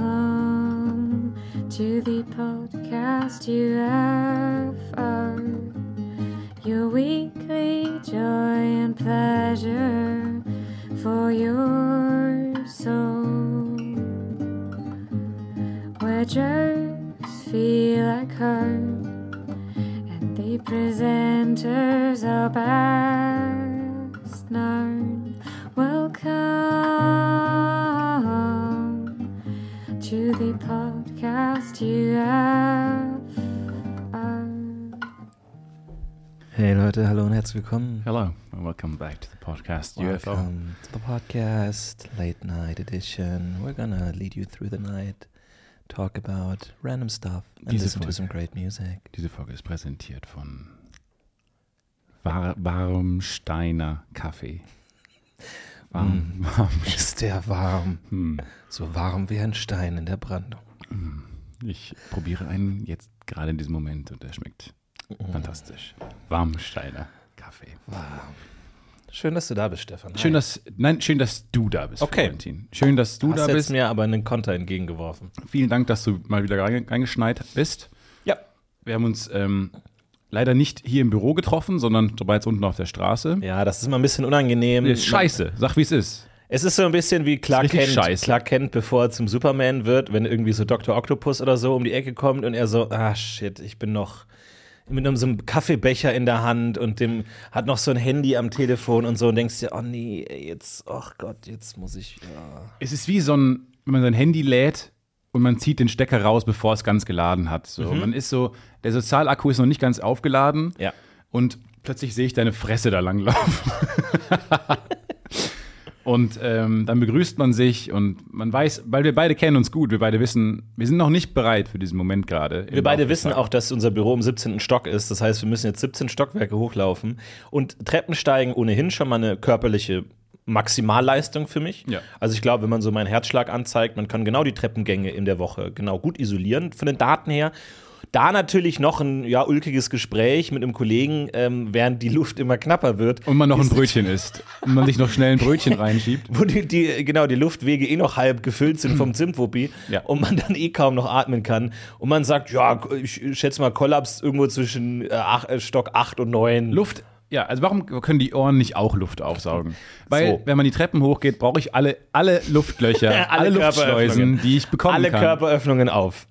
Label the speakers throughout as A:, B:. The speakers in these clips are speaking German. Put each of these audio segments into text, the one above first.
A: Welcome to the podcast UFO, your weekly joy and pleasure for your soul. Where jokes feel like home, and the presenters are best known. Welcome to the podcast UFO.
B: Hey Leute, hallo und herzlich willkommen.
C: Hello and welcome back to the podcast UFO.
B: Welcome to the podcast, late night edition. We're gonna lead you through the night, talk about random stuff and
C: Diese
B: listen to
C: Folge.
B: some great music.
C: Diese Folge ist präsentiert von War Warmsteiner Kaffee. Warm, warm.
B: Ist der warm,
C: Hm.
B: so warm wie ein Stein in der Brandung. Mm.
C: Ich probiere einen jetzt gerade in diesem Moment und der schmeckt fantastisch. Warmsteiner Kaffee.
B: Mm. Warm. Schön, dass du da bist, Stefan.
C: Schön,
B: Hi.
C: dass nein, schön, dass du da bist,
B: Okay.
C: Florentin. Schön, dass du
B: hast
C: da
B: jetzt
C: bist.
B: mir aber einen Konter entgegengeworfen.
C: Vielen Dank, dass du mal wieder reinge- reingeschneit bist.
B: Ja.
C: Wir haben uns ähm, leider nicht hier im Büro getroffen, sondern bereits unten auf der Straße.
B: Ja, das ist mal ein bisschen unangenehm.
C: Ist scheiße, sag wie es ist.
B: Es ist so ein bisschen wie Clark
C: Ist richtig
B: Kent,
C: scheiße.
B: Clark Kent, bevor er zum Superman wird, wenn irgendwie so Dr. Octopus oder so um die Ecke kommt und er so, ah shit, ich bin noch mit einem, so einem Kaffeebecher in der Hand und dem hat noch so ein Handy am Telefon und so und denkst dir, oh nee, ey, jetzt, oh Gott, jetzt muss ich, ah. ja.
C: Es ist wie so ein, wenn man sein Handy lädt und man zieht den Stecker raus, bevor es ganz geladen hat. So, Man ist so, der Sozialakku ist noch nicht ganz
B: Mhm.
C: aufgeladen
B: Ja,
C: und plötzlich sehe ich deine Fresse da langlaufen. und ähm, dann begrüßt man sich und man weiß, weil wir beide kennen uns gut, wir beide wissen, wir sind noch nicht bereit für diesen Moment gerade.
B: wir beide wissen auch, dass unser Büro im 17. Stock ist, das heißt, wir müssen jetzt 17 Stockwerke hochlaufen und Treppensteigen ohnehin schon mal eine körperliche Maximalleistung für mich.
C: Ja.
B: Also ich glaube, wenn man so meinen Herzschlag anzeigt, man kann genau die Treppengänge in der Woche genau gut isolieren von den Daten her. Da natürlich noch ein ja, ulkiges Gespräch mit einem Kollegen, ähm, während die Luft immer knapper wird.
C: Und man noch ein
B: Ist-
C: Brötchen isst. Und man sich noch schnell ein Brötchen reinschiebt.
B: Wo die, die, genau, die Luftwege eh noch halb gefüllt sind vom Zimtwuppi
C: Ja.
B: und man dann eh kaum noch atmen kann. Und man sagt, ja, ich schätze mal Kollaps irgendwo zwischen äh, ach, äh, Stock 8 und 9.
C: Luft, ja, also warum können die Ohren nicht auch Luft aufsaugen? Weil,
B: So.
C: wenn man die Treppen hochgeht, brauche ich alle, alle Luftlöcher, alle,
B: Alle Körperöffnungen.
C: Luftschleusen, die ich bekommen
B: Alle
C: kann.
B: Körperöffnungen auf.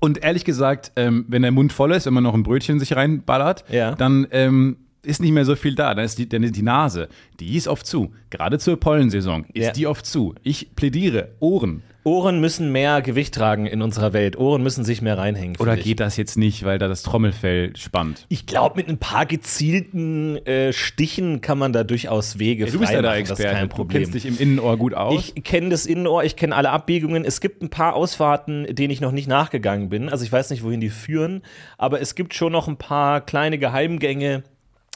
C: Und ehrlich gesagt, ähm, wenn der Mund voll ist, wenn man noch ein Brötchen sich reinballert,
B: Ja.
C: dann ähm, ist nicht mehr so viel da. Dann ist die, dann ist die Nase, die ist oft zu. Gerade zur Pollensaison ist
B: Ja.
C: die oft zu. Ich plädiere Ohren.
B: Ohren müssen mehr Gewicht tragen in unserer Welt. Ohren müssen sich mehr reinhängen.
C: Oder
B: finde ich.
C: geht das jetzt nicht, weil da das Trommelfell spannt?
B: Ich glaube, mit ein paar gezielten äh, Stichen kann man da durchaus Wege
C: Du bist ja da
B: freimachen, Das ist
C: Experte.
B: kein
C: Du
B: Problem.
C: kennst dich im Innenohr gut aus.
B: Ich kenne das Innenohr, ich kenne alle Abbiegungen. Es gibt ein paar Ausfahrten, denen ich noch nicht nachgegangen bin. Also ich weiß nicht, wohin die führen, aber es gibt schon noch ein paar kleine Geheimgänge.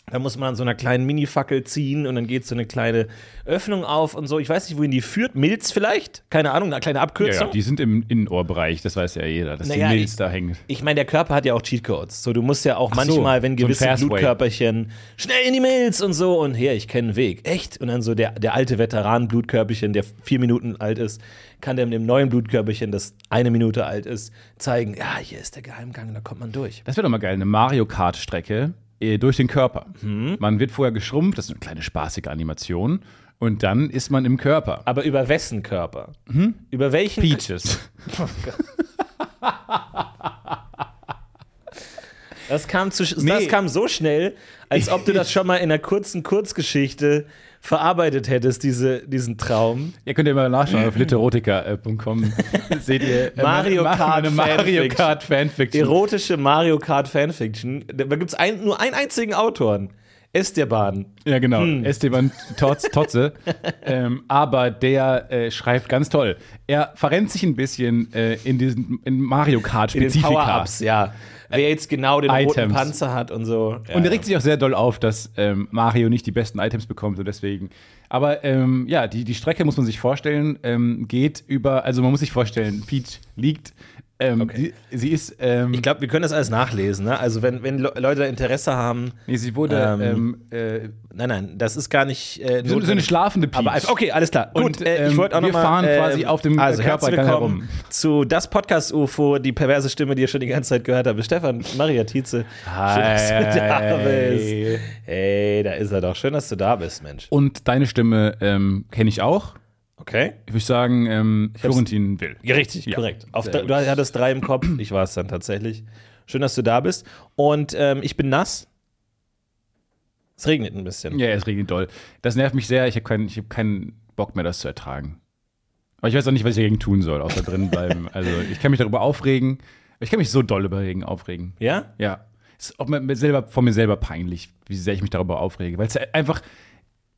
B: Da muss man an so einer kleinen Minifackel ziehen und dann geht so eine kleine Öffnung auf und so. Ich weiß nicht, wohin die führt. Milz vielleicht? Keine Ahnung, eine kleine
C: Ja,
B: Abkürzung.
C: ja, die sind im Innenohrbereich, das weiß ja jeder, dass
B: Naja,
C: die Milz
B: ich-
C: da hängt.
B: ich meine, der Körper hat ja auch Cheatcodes. So, du musst ja auch
C: Ach so,
B: manchmal, wenn
C: so ein
B: gewisse
C: Fastway.
B: Blutkörperchen schnell in die Milz und so und her, ich kenne einen Weg. Echt? Und dann so der, der alte Veteran Blutkörperchen, der vier Minuten alt ist, kann dem, dem neuen Blutkörperchen, das eine Minute alt ist, zeigen, ja, hier ist der Geheimgang, da kommt man durch.
C: Das wäre doch mal geil, eine Mario Kart-Strecke äh, durch den Körper.
B: Mhm.
C: Man wird vorher geschrumpft, das ist eine kleine spaßige Animation. Und dann ist man im Körper.
B: Aber über wessen Körper?
C: Hm?
B: Über welchen?
C: Peaches.
B: Das kam, zu, sch-
C: Nee.
B: das kam so schnell, als ob du das schon mal in einer kurzen Kurzgeschichte verarbeitet hättest, diese, diesen Traum.
C: ihr könnt ja mal nachschauen auf literotica.com. Seht ihr äh,
B: Mario
C: ma- ma-
B: Kart
C: eine Mario
B: Fanfiction.
C: Kart Fanfiction.
B: erotische Mario Kart Fanfiction. Da gibt es ein, nur einen einzigen Autoren. Esteban.
C: Ja, genau.
B: Hm.
C: Esteban Totz, Totze. ähm, aber der äh, schreibt ganz toll. Er verrennt sich ein bisschen äh, in diesen in Mario Kart
B: In den
C: Spezifika.
B: Power-Ups, ja. Wer jetzt genau den roten
C: Items.
B: Panzer hat und so. Ja.
C: Und er regt sich auch sehr doll auf, dass ähm, Mario nicht die besten Items bekommt und deswegen. Aber ähm, ja, die, die Strecke muss man sich vorstellen, ähm, geht über, also man muss sich vorstellen, Peach liegt Ähm,
B: Okay.
C: sie, sie ist. Ähm,
B: Ich glaube, wir können das alles nachlesen. Ne? Also wenn, wenn Le- Leute da Interesse haben,
C: nee, sie wurde. Ähm, äh,
B: nein, nein, das ist gar nicht äh,
C: so, so eine schlafende Piep.
B: Aber einfach- okay, alles klar.
C: Und,
B: Gut, äh,
C: ähm,
B: ich wollte auch
C: wir
B: noch mal,
C: fahren
B: ähm,
C: quasi auf dem äh,
B: also,
C: Körper
B: herzlich
C: gerne
B: willkommen zu das Podcast UFO, die perverse Stimme, die ihr schon die ganze Zeit gehört habt. Stefan Maria Tietze. Schön, dass du da
C: Hi.
B: bist. Hey, da ist er doch. Schön, dass du da bist, Mensch.
C: Und deine Stimme ähm, kenne ich auch.
B: Okay.
C: Ich würde sagen, ähm, Florentin Will.
B: Ja, richtig,
C: Ja,
B: korrekt. Auf,
C: sehr
B: du
C: gut.
B: hattest drei im Kopf. Ich war es dann tatsächlich. Schön, dass du da bist. Und ähm, ich bin nass. Es regnet ein bisschen.
C: Ja, es regnet doll. Das nervt mich sehr. Ich habe keinen ich hab keinen Bock mehr, das zu ertragen. Aber ich weiß auch nicht, was ich dagegen tun soll, außer drin bleiben. Also, ich kann mich darüber aufregen. Ich kann mich so doll über Regen aufregen.
B: Ja?
C: Ja. Ist auch mir- mir selber, von mir selber peinlich, wie sehr ich mich darüber aufrege. Weil es einfach,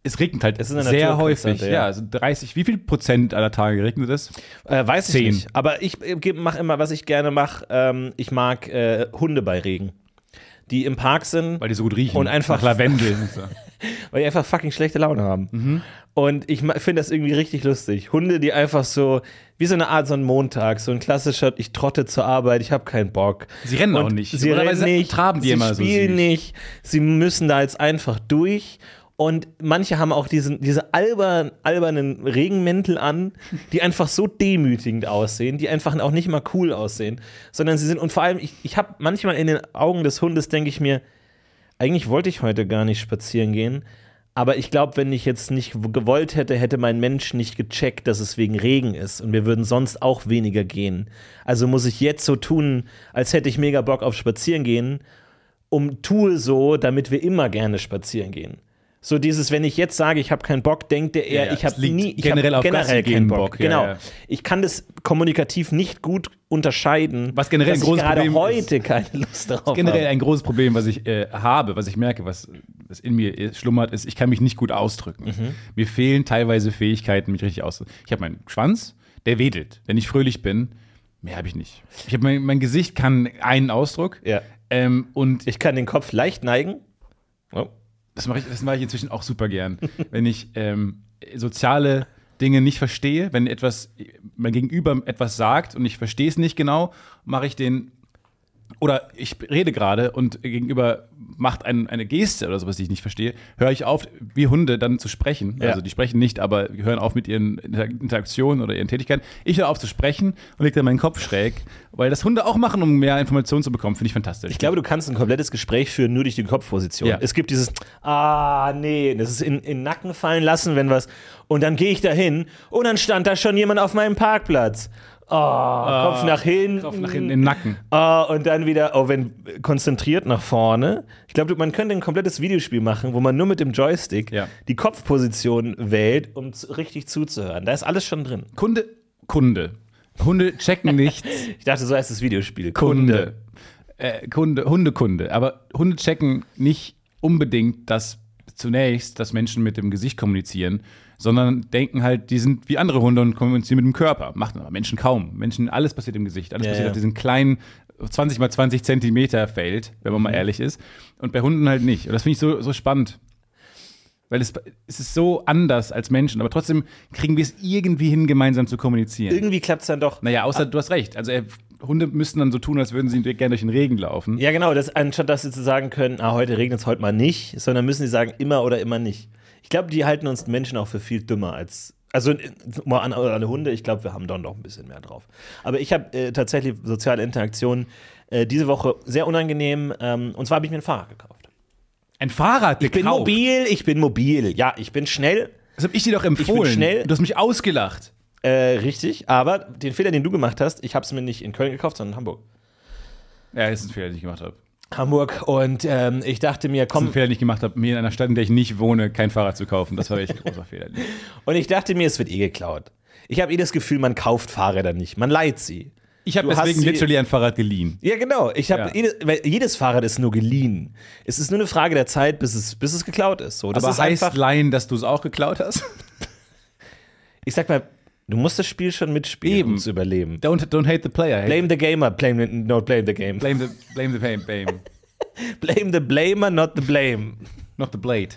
C: es regnet halt
B: Es ist in der
C: sehr
B: Natur
C: häufig.
B: konstant,
C: Ja.
B: ja.
C: also 30, wie viel Prozent aller Tage regnet es?
B: Äh, weiß
C: Zehn.
B: ich nicht. Aber ich mache immer, was ich gerne mache. Ähm, ich mag äh, Hunde bei Regen. Die im Park sind,
C: Weil die so gut riechen.
B: Und einfach-
C: Nach Lavendel. und so.
B: weil die einfach fucking schlechte Laune haben.
C: Mhm.
B: Und ich finde das irgendwie richtig lustig. Hunde, die einfach so, wie so eine Art, so ein Montag, so ein klassischer, ich trotte zur Arbeit, ich habe keinen Bock.
C: Sie rennen
B: Und
C: auch nicht.
B: Sie rennen
C: Normalerweise
B: nicht,
C: traben die
B: sie
C: immer so
B: spielen
C: süß.
B: nicht, sie müssen da jetzt einfach durch. Und manche haben auch diesen, diese albern, albernen Regenmäntel an, die einfach so demütigend aussehen, die einfach auch nicht mal cool aussehen, sondern sie sind, und vor allem, ich, ich habe manchmal in den Augen des Hundes, denke ich mir, eigentlich wollte ich heute gar nicht spazieren gehen, aber ich glaube, wenn ich jetzt nicht w- gewollt hätte, hätte mein Mensch nicht gecheckt, dass es wegen Regen ist und wir würden sonst auch weniger gehen. Also muss ich jetzt so tun, als hätte ich mega Bock auf spazieren gehen, um tue so, damit wir immer gerne spazieren gehen. So dieses, wenn ich jetzt sage, ich habe keinen Bock, denkt der eher,
C: Ja, ja,
B: ich
C: es
B: habe
C: liegt
B: nie, ich
C: generell
B: hab
C: auf Gassi
B: generell
C: gehen
B: keinen
C: Bock.
B: Bock.
C: Ja,
B: genau.
C: ja.
B: Ich kann das kommunikativ nicht gut unterscheiden,
C: Was generell
B: dass
C: ein großes
B: ich gerade
C: Problem ist.
B: heute keine Lust darauf habe.
C: Generell ein großes Problem, was ich äh, habe, was ich merke, was, was in mir i- schlummert, ist, ich kann mich nicht gut ausdrücken. Mir fehlen teilweise Fähigkeiten, mich richtig auszudrücken. Ich habe meinen Schwanz, der wedelt, wenn ich fröhlich bin. Mehr habe ich nicht. Ich hab mein, mein Gesicht kann einen Ausdruck.
B: Ja.
C: Ähm, und
B: Ich kann den Kopf leicht neigen. Oh.
C: Das mache ich, das mache ich inzwischen auch super gern. wenn ich ähm, soziale Dinge nicht verstehe, wenn etwas, mein Gegenüber etwas sagt und ich verstehe es nicht genau, mache ich den. Oder ich rede gerade und gegenüber macht ein, eine Geste oder sowas, die ich nicht verstehe, höre ich auf, wie Hunde dann zu sprechen.
B: Ja.
C: Also die sprechen nicht, aber hören auf mit ihren Inter- Interaktionen oder ihren Tätigkeiten. Ich höre auf zu sprechen und lege dann meinen Kopf schräg, weil das Hunde auch machen, um mehr Informationen zu bekommen. Finde ich fantastisch.
B: Ich glaube, du kannst ein komplettes Gespräch führen, nur durch die Kopfposition.
C: Ja.
B: Es gibt dieses, ah, nee, das ist in, in den Nacken fallen lassen, wenn was. Und dann gehe ich da hin und dann stand da schon jemand auf meinem Parkplatz. Oh, Kopf nach hinten.
C: Ah, Kopf nach hinten in den Nacken.
B: Oh, und dann wieder, oh, wenn konzentriert nach vorne. Ich glaube, man könnte ein komplettes Videospiel machen, wo man nur mit dem Joystick
C: Ja.
B: die Kopfposition wählt, um zu- richtig zuzuhören. Da ist alles schon drin.
C: Kunde, Kunde. Kunde checken nicht.
B: Ich dachte, so heißt das Videospiel.
C: Kunde. Äh, Kunde, Hundekunde. Aber Hunde checken nicht unbedingt, dass zunächst, dass Menschen mit dem Gesicht kommunizieren, sondern denken halt, die sind wie andere Hunde und kommunizieren mit dem Körper. Macht aber Menschen kaum. Menschen, alles passiert im Gesicht. Alles
B: Ja,
C: passiert
B: ja.
C: auf diesem kleinen 20 mal 20 Zentimeter Feld, wenn
B: Mhm.
C: man mal ehrlich ist. Und bei Hunden halt nicht. Und das finde ich so, so spannend. Weil es, es ist so anders als Menschen, aber trotzdem kriegen wir es irgendwie hin, gemeinsam zu kommunizieren.
B: Irgendwie klappt es dann doch.
C: Naja, außer du hast recht. Also äh, Hunde müssten dann so tun, als würden sie gerne durch den Regen laufen.
B: Ja, genau, das, anstatt dass sie zu sagen können, ah, heute regnet es heute mal nicht, sondern müssen sie sagen, immer oder immer nicht. Ich glaube, die halten uns Menschen auch für viel dümmer als. Also äh, mal an an alle Hunde, ich glaube, wir haben dann doch ein bisschen mehr drauf. Aber ich habe äh, tatsächlich soziale Interaktionen äh, diese Woche sehr unangenehm. Ähm, und zwar habe ich mir ein Fahrrad gekauft.
C: Ein Fahrrad
B: Ich bin
C: gekauft.
B: mobil, ich bin mobil. Ja, ich bin schnell,
C: Das habe ich dir doch empfohlen.
B: schnell.
C: Du hast mich ausgelacht.
B: äh, richtig. Aber den Fehler, den du gemacht hast, ich habe es mir nicht in Köln gekauft, sondern in Hamburg.
C: Ja, das ist ein Fehler, den ich gemacht habe.
B: Hamburg. Und ähm, ich dachte mir,
C: Das ist
B: komm,
C: ein Fehler, den ich gemacht habe, mir in einer Stadt, in der ich nicht wohne, kein Fahrrad zu kaufen. Das war echt ein großer Fehler.
B: Und ich dachte mir, es wird eh geklaut. Ich habe eh das Gefühl, man kauft Fahrräder nicht, man leiht sie.
C: Ich habe
B: Du hast
C: deswegen
B: sie-
C: literally ein Fahrrad geliehen.
B: Ja, genau. Ich habe
C: Ja.
B: jedes, weil jedes Fahrrad ist nur geliehen. Es ist nur eine Frage der Zeit, bis es, bis es geklaut ist. So, das
C: Aber
B: ist
C: heißt
B: einfach.
C: leihen, dass du es auch geklaut hast?
B: Ich sag mal, du musst das Spiel schon mitspielen,
C: Eben.
B: um zu überleben.
C: Don't, don't hate the player. Hey.
B: Blame the gamer, blame the, not blame the game.
C: Blame the, blame the pain, blame.
B: Blame the blamer, not the blame.
C: Not the blade.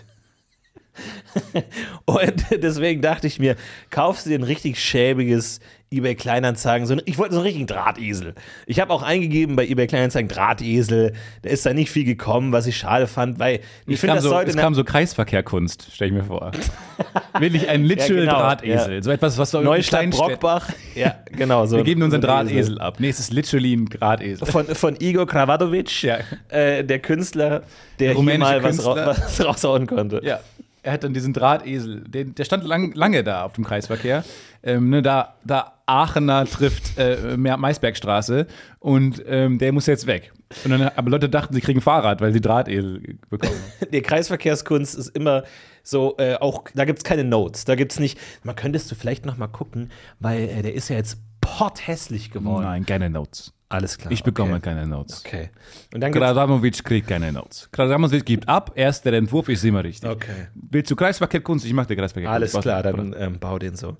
B: Und deswegen dachte ich mir, kaufst du dir ein richtig schäbiges eBay Kleinanzeigen. So ein, ich wollte so einen richtigen Drahtesel. Ich habe auch eingegeben bei eBay Kleinanzeigen Drahtesel. Da ist da nicht viel gekommen, was ich schade fand, weil ich
C: Es kam,
B: finde, das
C: so,
B: sollte.
C: es kam so Kreisverkehrkunst, stelle ich mir vor. Wirklich ein literal
B: Ja, genau,
C: Drahtesel. So etwas, was so
B: Neustadt Brockbach. Ja, genau. So
C: Wir geben unseren
B: so ein Esel.
C: Drahtesel ab. Nee, es ist literally ein Drahtesel.
B: von, von Igor Kravadovic,
C: Ja.
B: äh, der Künstler, der hier
C: Rumänische
B: mal was, ra
C: Künstler.
B: was raushauen konnte.
C: Ja. Er hat dann diesen Drahtesel, den, der stand lang, lange da auf dem Kreisverkehr. Ähm, ne, da, da Aachener trifft äh, mehr Maisbergstraße und ähm, der muss jetzt weg. Und dann, aber Leute dachten, sie kriegen Fahrrad, weil sie Drahtesel bekommen.
B: Die Kreisverkehrskunst ist immer so, äh, auch da gibt es keine Notes, da gibt es nicht, man könntest du vielleicht noch mal gucken, weil äh, der ist ja jetzt potthässlich geworden.
C: Nein, keine Notes.
B: Alles klar.
C: Ich bekomme
B: Ah, okay.
C: keine Notes.
B: Okay. Und dann gibt's,
C: Kradamovic kriegt keine Notes. Kradamovic gibt ab, erst der Entwurf ist immer richtig.
B: Okay.
C: Willst du Kreisverkehrkunst? Ich mache dir Kreisverkehrkunst.
B: alles klar, dann ähm, bau den so.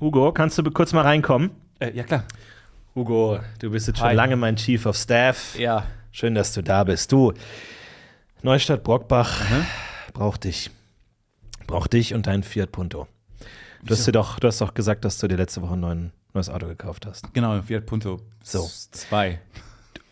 B: Hugo, kannst du kurz mal reinkommen?
C: Äh, ja, klar.
B: Hugo, du bist jetzt schon
C: Hi.
B: lange mein Chief of Staff.
C: Ja.
B: Schön, dass du da bist. Du, Neustadt Brockbach braucht dich. Braucht dich und deinen Fiat Punto. Du hast, dir doch, du hast doch gesagt, dass du dir letzte Woche ein neuen- neues Auto gekauft hast.
C: Genau, Fiat Punto.
B: So.
C: S- Zwei.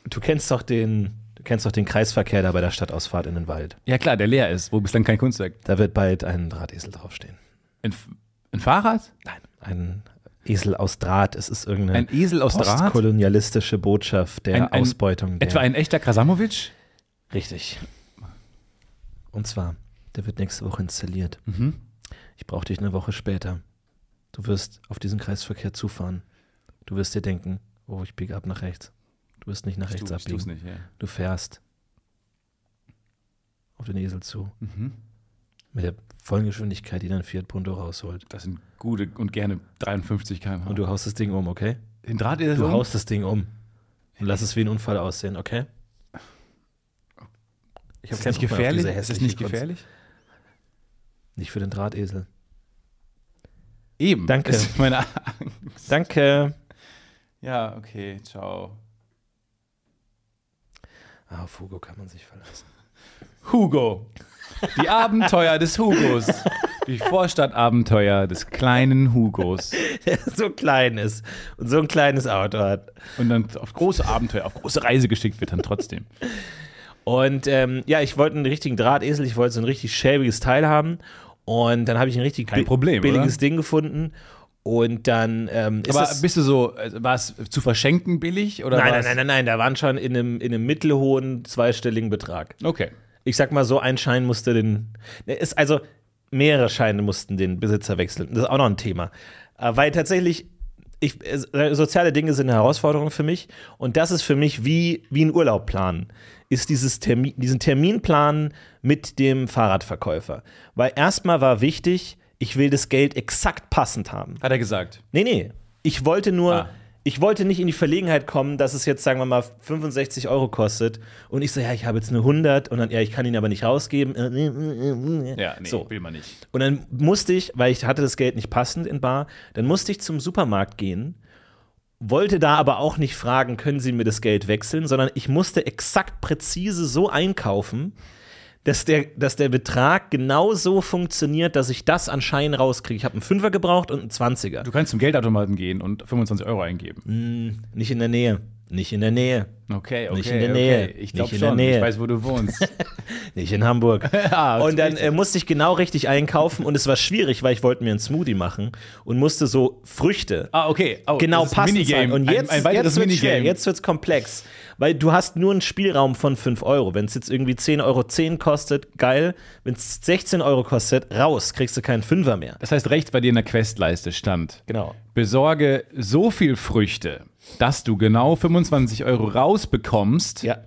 B: Du kennst doch den, du kennst doch den Kreisverkehr da bei der Stadtausfahrt in den Wald.
C: Ja, klar, der leer ist, wo bislang kein Kunstwerk.
B: Da wird bald ein Drahtesel draufstehen.
C: Ein, F- ein Fahrrad?
B: Nein, ein Esel aus Draht. Es ist irgendeine
C: Ein Esel aus Draht?
B: postkolonialistische Botschaft der
C: Ein- ein-
B: Ausbeutung. Der,
C: Etwa ein echter Krasamovic?
B: Richtig. Und zwar, der wird nächste Woche installiert.
C: Mhm.
B: Ich brauche dich eine Woche später. Du wirst auf diesen Kreisverkehr zufahren. Du wirst dir denken, oh, ich biege ab nach rechts. Du wirst nicht nach rechts
C: Ich tu's
B: abbiegen.
C: nicht, ja.
B: Du fährst auf den Esel zu. Mit der vollen Geschwindigkeit, die dein Fiat Punto rausholt.
C: Das sind gute und gerne 53 km/h.
B: Und du haust das Ding um, okay?
C: den Drahtesel?
B: Du
C: um?
B: haust das Ding um. Und lass es wie ein Unfall aussehen, okay? Ich hab
C: Ist
B: keinen Bock
C: das nicht
B: mehr auf
C: gefährlich?
B: diese
C: Ist das
B: hässliche
C: nicht
B: Kunst.
C: gefährlich?
B: Nicht für den Drahtesel.
C: Eben.
B: Danke.
C: Das ist meine
B: Danke.
C: ja, okay, ciao.
B: Ah, auf Hugo kann man sich verlassen.
C: Hugo. Die Abenteuer des Hugos. Die Vorstadtabenteuer des kleinen Hugos.
B: Der so klein ist und so ein kleines Auto hat.
C: Und dann auf große Abenteuer, auf große Reise geschickt wird dann trotzdem.
B: Und ähm, ja, ich wollte einen richtigen Drahtesel, ich wollte so ein richtig schäbiges Teil haben. Und dann habe ich ein richtig
C: Kein
B: bi-
C: Problem,
B: billiges
C: oder?
B: Ding gefunden. Und dann ähm, ist
C: Aber
B: es.
C: bist du so, also war es zu verschenken billig? Oder
B: Nein, nein,
C: war's-
B: nein, nein, nein, da waren schon in einem, in einem mittelhohen zweistelligen Betrag.
C: Okay.
B: Ich sag mal so, ein Schein musste den. Ne, Ist also mehrere Scheine mussten den Besitzer wechseln. Das ist auch noch ein Thema. Äh, Weil tatsächlich, ich, äh, soziale Dinge sind eine Herausforderung für mich. Und das ist für mich wie, wie ein Urlaub planen. Ist dieses Termin, diesen Terminplan mit dem Fahrradverkäufer. Weil erstmal war wichtig, ich will das Geld exakt passend haben.
C: Hat er gesagt.
B: Nee, nee. Ich wollte nur,
C: Ah.
B: ich wollte nicht in die Verlegenheit kommen, dass es jetzt, sagen wir mal, 65 Euro kostet. Und ich so, ja, ich habe jetzt nur 100 und dann, ja, ich kann ihn aber nicht rausgeben.
C: Ja, nee,
B: so.
C: will man nicht.
B: Und dann musste ich, weil ich hatte das Geld nicht passend in Bar, dann musste ich zum Supermarkt gehen, wollte da aber auch nicht fragen, können Sie mir das Geld wechseln, sondern ich musste exakt präzise so einkaufen, dass der, dass der Betrag genau so funktioniert, dass ich das an Schein rauskriege. Ich habe einen Fünfer gebraucht und einen Zwanziger.
C: Du kannst zum Geldautomaten gehen und 25 Euro
B: Hm.
C: eingeben.
B: Nicht in der Nähe. Nicht in der Nähe.
C: Okay,
B: Nicht in der Nähe. Nicht
C: Ich glaube
B: in der
C: schon.
B: Nähe.
C: Ich weiß, wo du wohnst. Ah,
B: Nicht in Hamburg.
C: Ja,
B: und dann
C: richtig.
B: äh, musste ich genau richtig einkaufen und es war schwierig, weil ich wollte mir einen Smoothie machen und musste so Früchte
C: ah, okay. Oh,
B: genau
C: das ist ein
B: passend
C: Minigame.
B: sein. Und jetzt,
C: ein, ein weiteres
B: jetzt wird's schwer,
C: Minigame.
B: jetzt wird's komplex, weil du hast nur einen Spielraum von 5 Euro. Wenn es jetzt irgendwie 10,10 Euro kostet, geil. Wenn es 16 Euro kostet, raus, kriegst du keinen Fünfer mehr.
C: das heißt, rechts bei dir in der Questleiste stand.
B: Genau.
C: Besorge so viel Früchte, dass du genau 25 Euro rausbekommst,
B: Ja,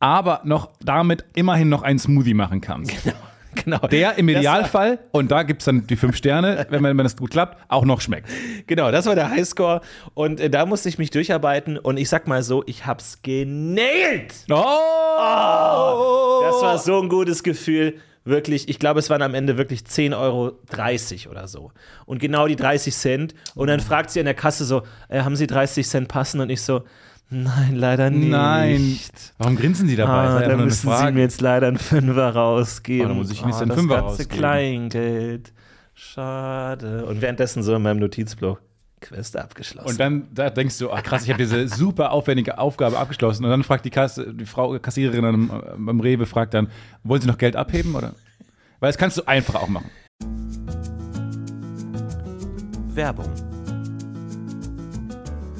C: aber noch damit immerhin noch einen Smoothie machen kannst.
B: genau.
C: Der im
B: Das war-
C: Idealfall, und da gibt es dann die fünf Sterne, wenn, man, wenn das gut klappt, auch noch schmeckt.
B: Genau, das war der Highscore. Und äh, da musste ich mich durcharbeiten. Und ich sag mal so, ich hab's genäht.
C: Oh!
B: Ah, Das war so ein gutes Gefühl. Wirklich, ich glaube, es waren am Ende wirklich 10,30 Euro oder so. Und genau die 30 Cent. Und dann fragt sie an der Kasse so, äh, haben Sie 30 Cent passend? Und ich so, Nein, leider nicht.
D: Nein. Warum grinsen Sie dabei?
B: Ah,
D: Das war
B: da
D: einfach nur eine
B: müssen Sie
D: Frage.
B: mir jetzt leider einen Fünfer rausgeben.
D: Ah, dann muss ich Ihnen jetzt
B: Ah,
D: einen
B: das
D: Fünfer
B: ganze
D: rausgeben.
B: Kleingeld. Schade. Und währenddessen so in meinem Notizblock. Quest abgeschlossen.
D: Und dann da denkst du, ach krass, ich habe diese super aufwendige Aufgabe abgeschlossen. Und dann fragt die, Kasse, die Frau Kassiererin am, am Rewe, fragt dann, wollen Sie noch Geld abheben oder? Weil das kannst du einfach auch machen.
B: Werbung.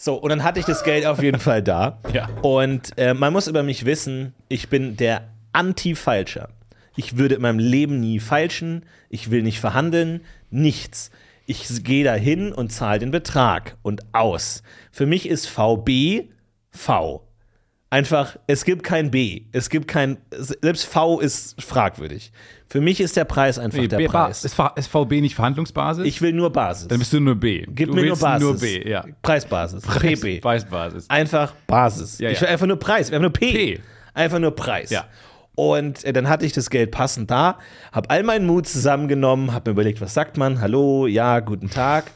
B: So, und dann hatte ich das Geld auf jeden Fall da.
C: Ja.
B: Und äh, man muss über mich wissen, ich bin der Anti-Falscher. Ich würde in meinem Leben nie falschen, ich will nicht verhandeln, nichts. Ich gehe da hin und zahle den Betrag und aus. Für mich ist VB V. Einfach, es gibt kein B. Es gibt kein. Selbst V ist fragwürdig. Für mich ist der Preis einfach der
D: B- Ba-
B: Preis.
D: Ist, Ver- ist VB nicht Verhandlungsbasis?
B: Ich will nur Basis.
D: dann bist du nur B.
B: Gib
D: du
B: mir nur
D: willst
B: Basis.
D: Nur B, ja.
B: Preisbasis. PB.
D: Preisbasis.
B: Einfach Basis.
D: Ja,
B: ich
D: ja.
B: will einfach nur Preis, einfach nur P.
D: P.
B: Einfach nur Preis.
D: Ja.
B: Und äh, dann hatte ich das Geld passend da, habe all meinen Mut zusammengenommen, habe mir überlegt, was sagt man? Hallo, ja, guten Tag.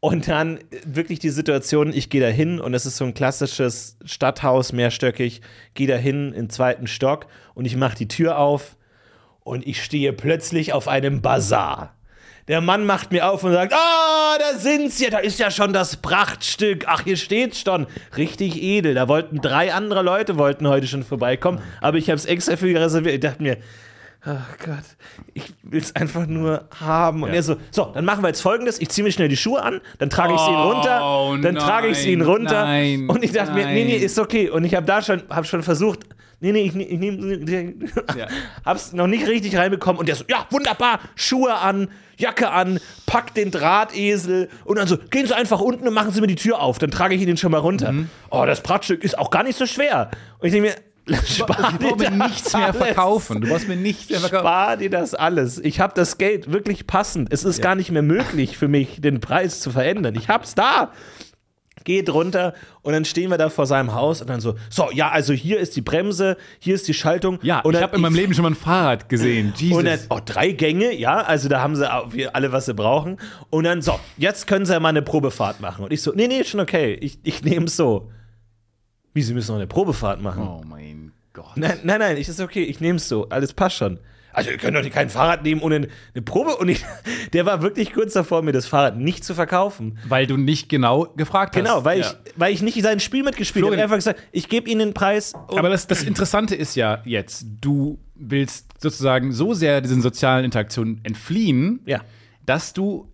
B: Und dann äh, wirklich die Situation, ich gehe da hin und es ist so ein klassisches Stadthaus, mehrstöckig, gehe da hin im zweiten Stock und ich mache die Tür auf und ich stehe plötzlich auf einem Bazar. Der Mann macht mir auf und sagt: Ah, da sind's ja, da ist ja schon das Prachtstück. Ach, hier steht's schon. Richtig edel. Da wollten drei andere Leute wollten heute schon vorbeikommen, aber ich habe es extra für die reserviert. Ich dachte mir, ach Gott, ich will's einfach nur haben. Und er so, so, dann machen wir jetzt folgendes: Ich ziehe mir schnell die Schuhe an, dann trage ich sie ihnen runter,
D: Oh,
B: dann trage ich sie ihnen
D: nein,
B: runter.
D: nein,
B: und ich dachte mir, nee, nee,
D: nein.
B: ist okay. Und ich habe da schon, hab schon versucht, nee, nee, ich, ne- ich nehme,
D: Ja.
B: hab's noch nicht richtig reinbekommen und der so, ja, wunderbar, Schuhe an, Jacke an, packt den Drahtesel und dann so, gehen Sie einfach unten und machen Sie mir die Tür auf, dann trage ich Ihnen schon mal runter.
D: Mhm.
B: Oh, das Prachtstück ist auch gar nicht so schwer. Und ich denke mir, spar
D: Ich
B: dir
D: brauche mir
B: das
D: nichts mehr
B: alles.
D: verkaufen. Du brauchst mir nichts mehr verkaufen.
B: Spar dir das alles. Ich habe das Geld wirklich passend. Es ist gar nicht mehr möglich für mich, den Preis zu verändern. Ich hab's da geht runter und dann stehen wir da vor seinem Haus und dann so, so, ja, also hier ist die Bremse, hier ist die Schaltung.
C: Ja,
B: und
D: ich
B: dann-
D: habe in meinem Leben schon mal ein Fahrrad gesehen. Jesus.
B: und dann, oh, drei Gänge, ja, also da haben sie auch wir- alle, was sie brauchen. Und dann, so, jetzt können sie ja mal eine Probefahrt machen. Und ich so, nee, nee, schon okay, ich, ich nehme es so. Wie, sie müssen noch eine Probefahrt machen?
D: oh mein Gott.
B: Nein, nein, nein, ich ist okay, ich nehme es so, alles passt schon. also ihr könnt doch nicht kein Fahrrad nehmen ohne eine Probe. Und ich, der war wirklich kurz davor, mir das Fahrrad nicht zu verkaufen.
C: Weil du nicht genau gefragt hast.
B: Genau, weil,
C: Ja.
B: ich, weil ich nicht sein Spiel mitgespielt habe. Ich
C: Florian-
B: hab einfach gesagt, ich gebe Ihnen den Preis. und-
C: Aber das, das Interessante ist ja jetzt, du willst sozusagen so sehr diesen sozialen Interaktionen entfliehen,
B: ja.
C: dass du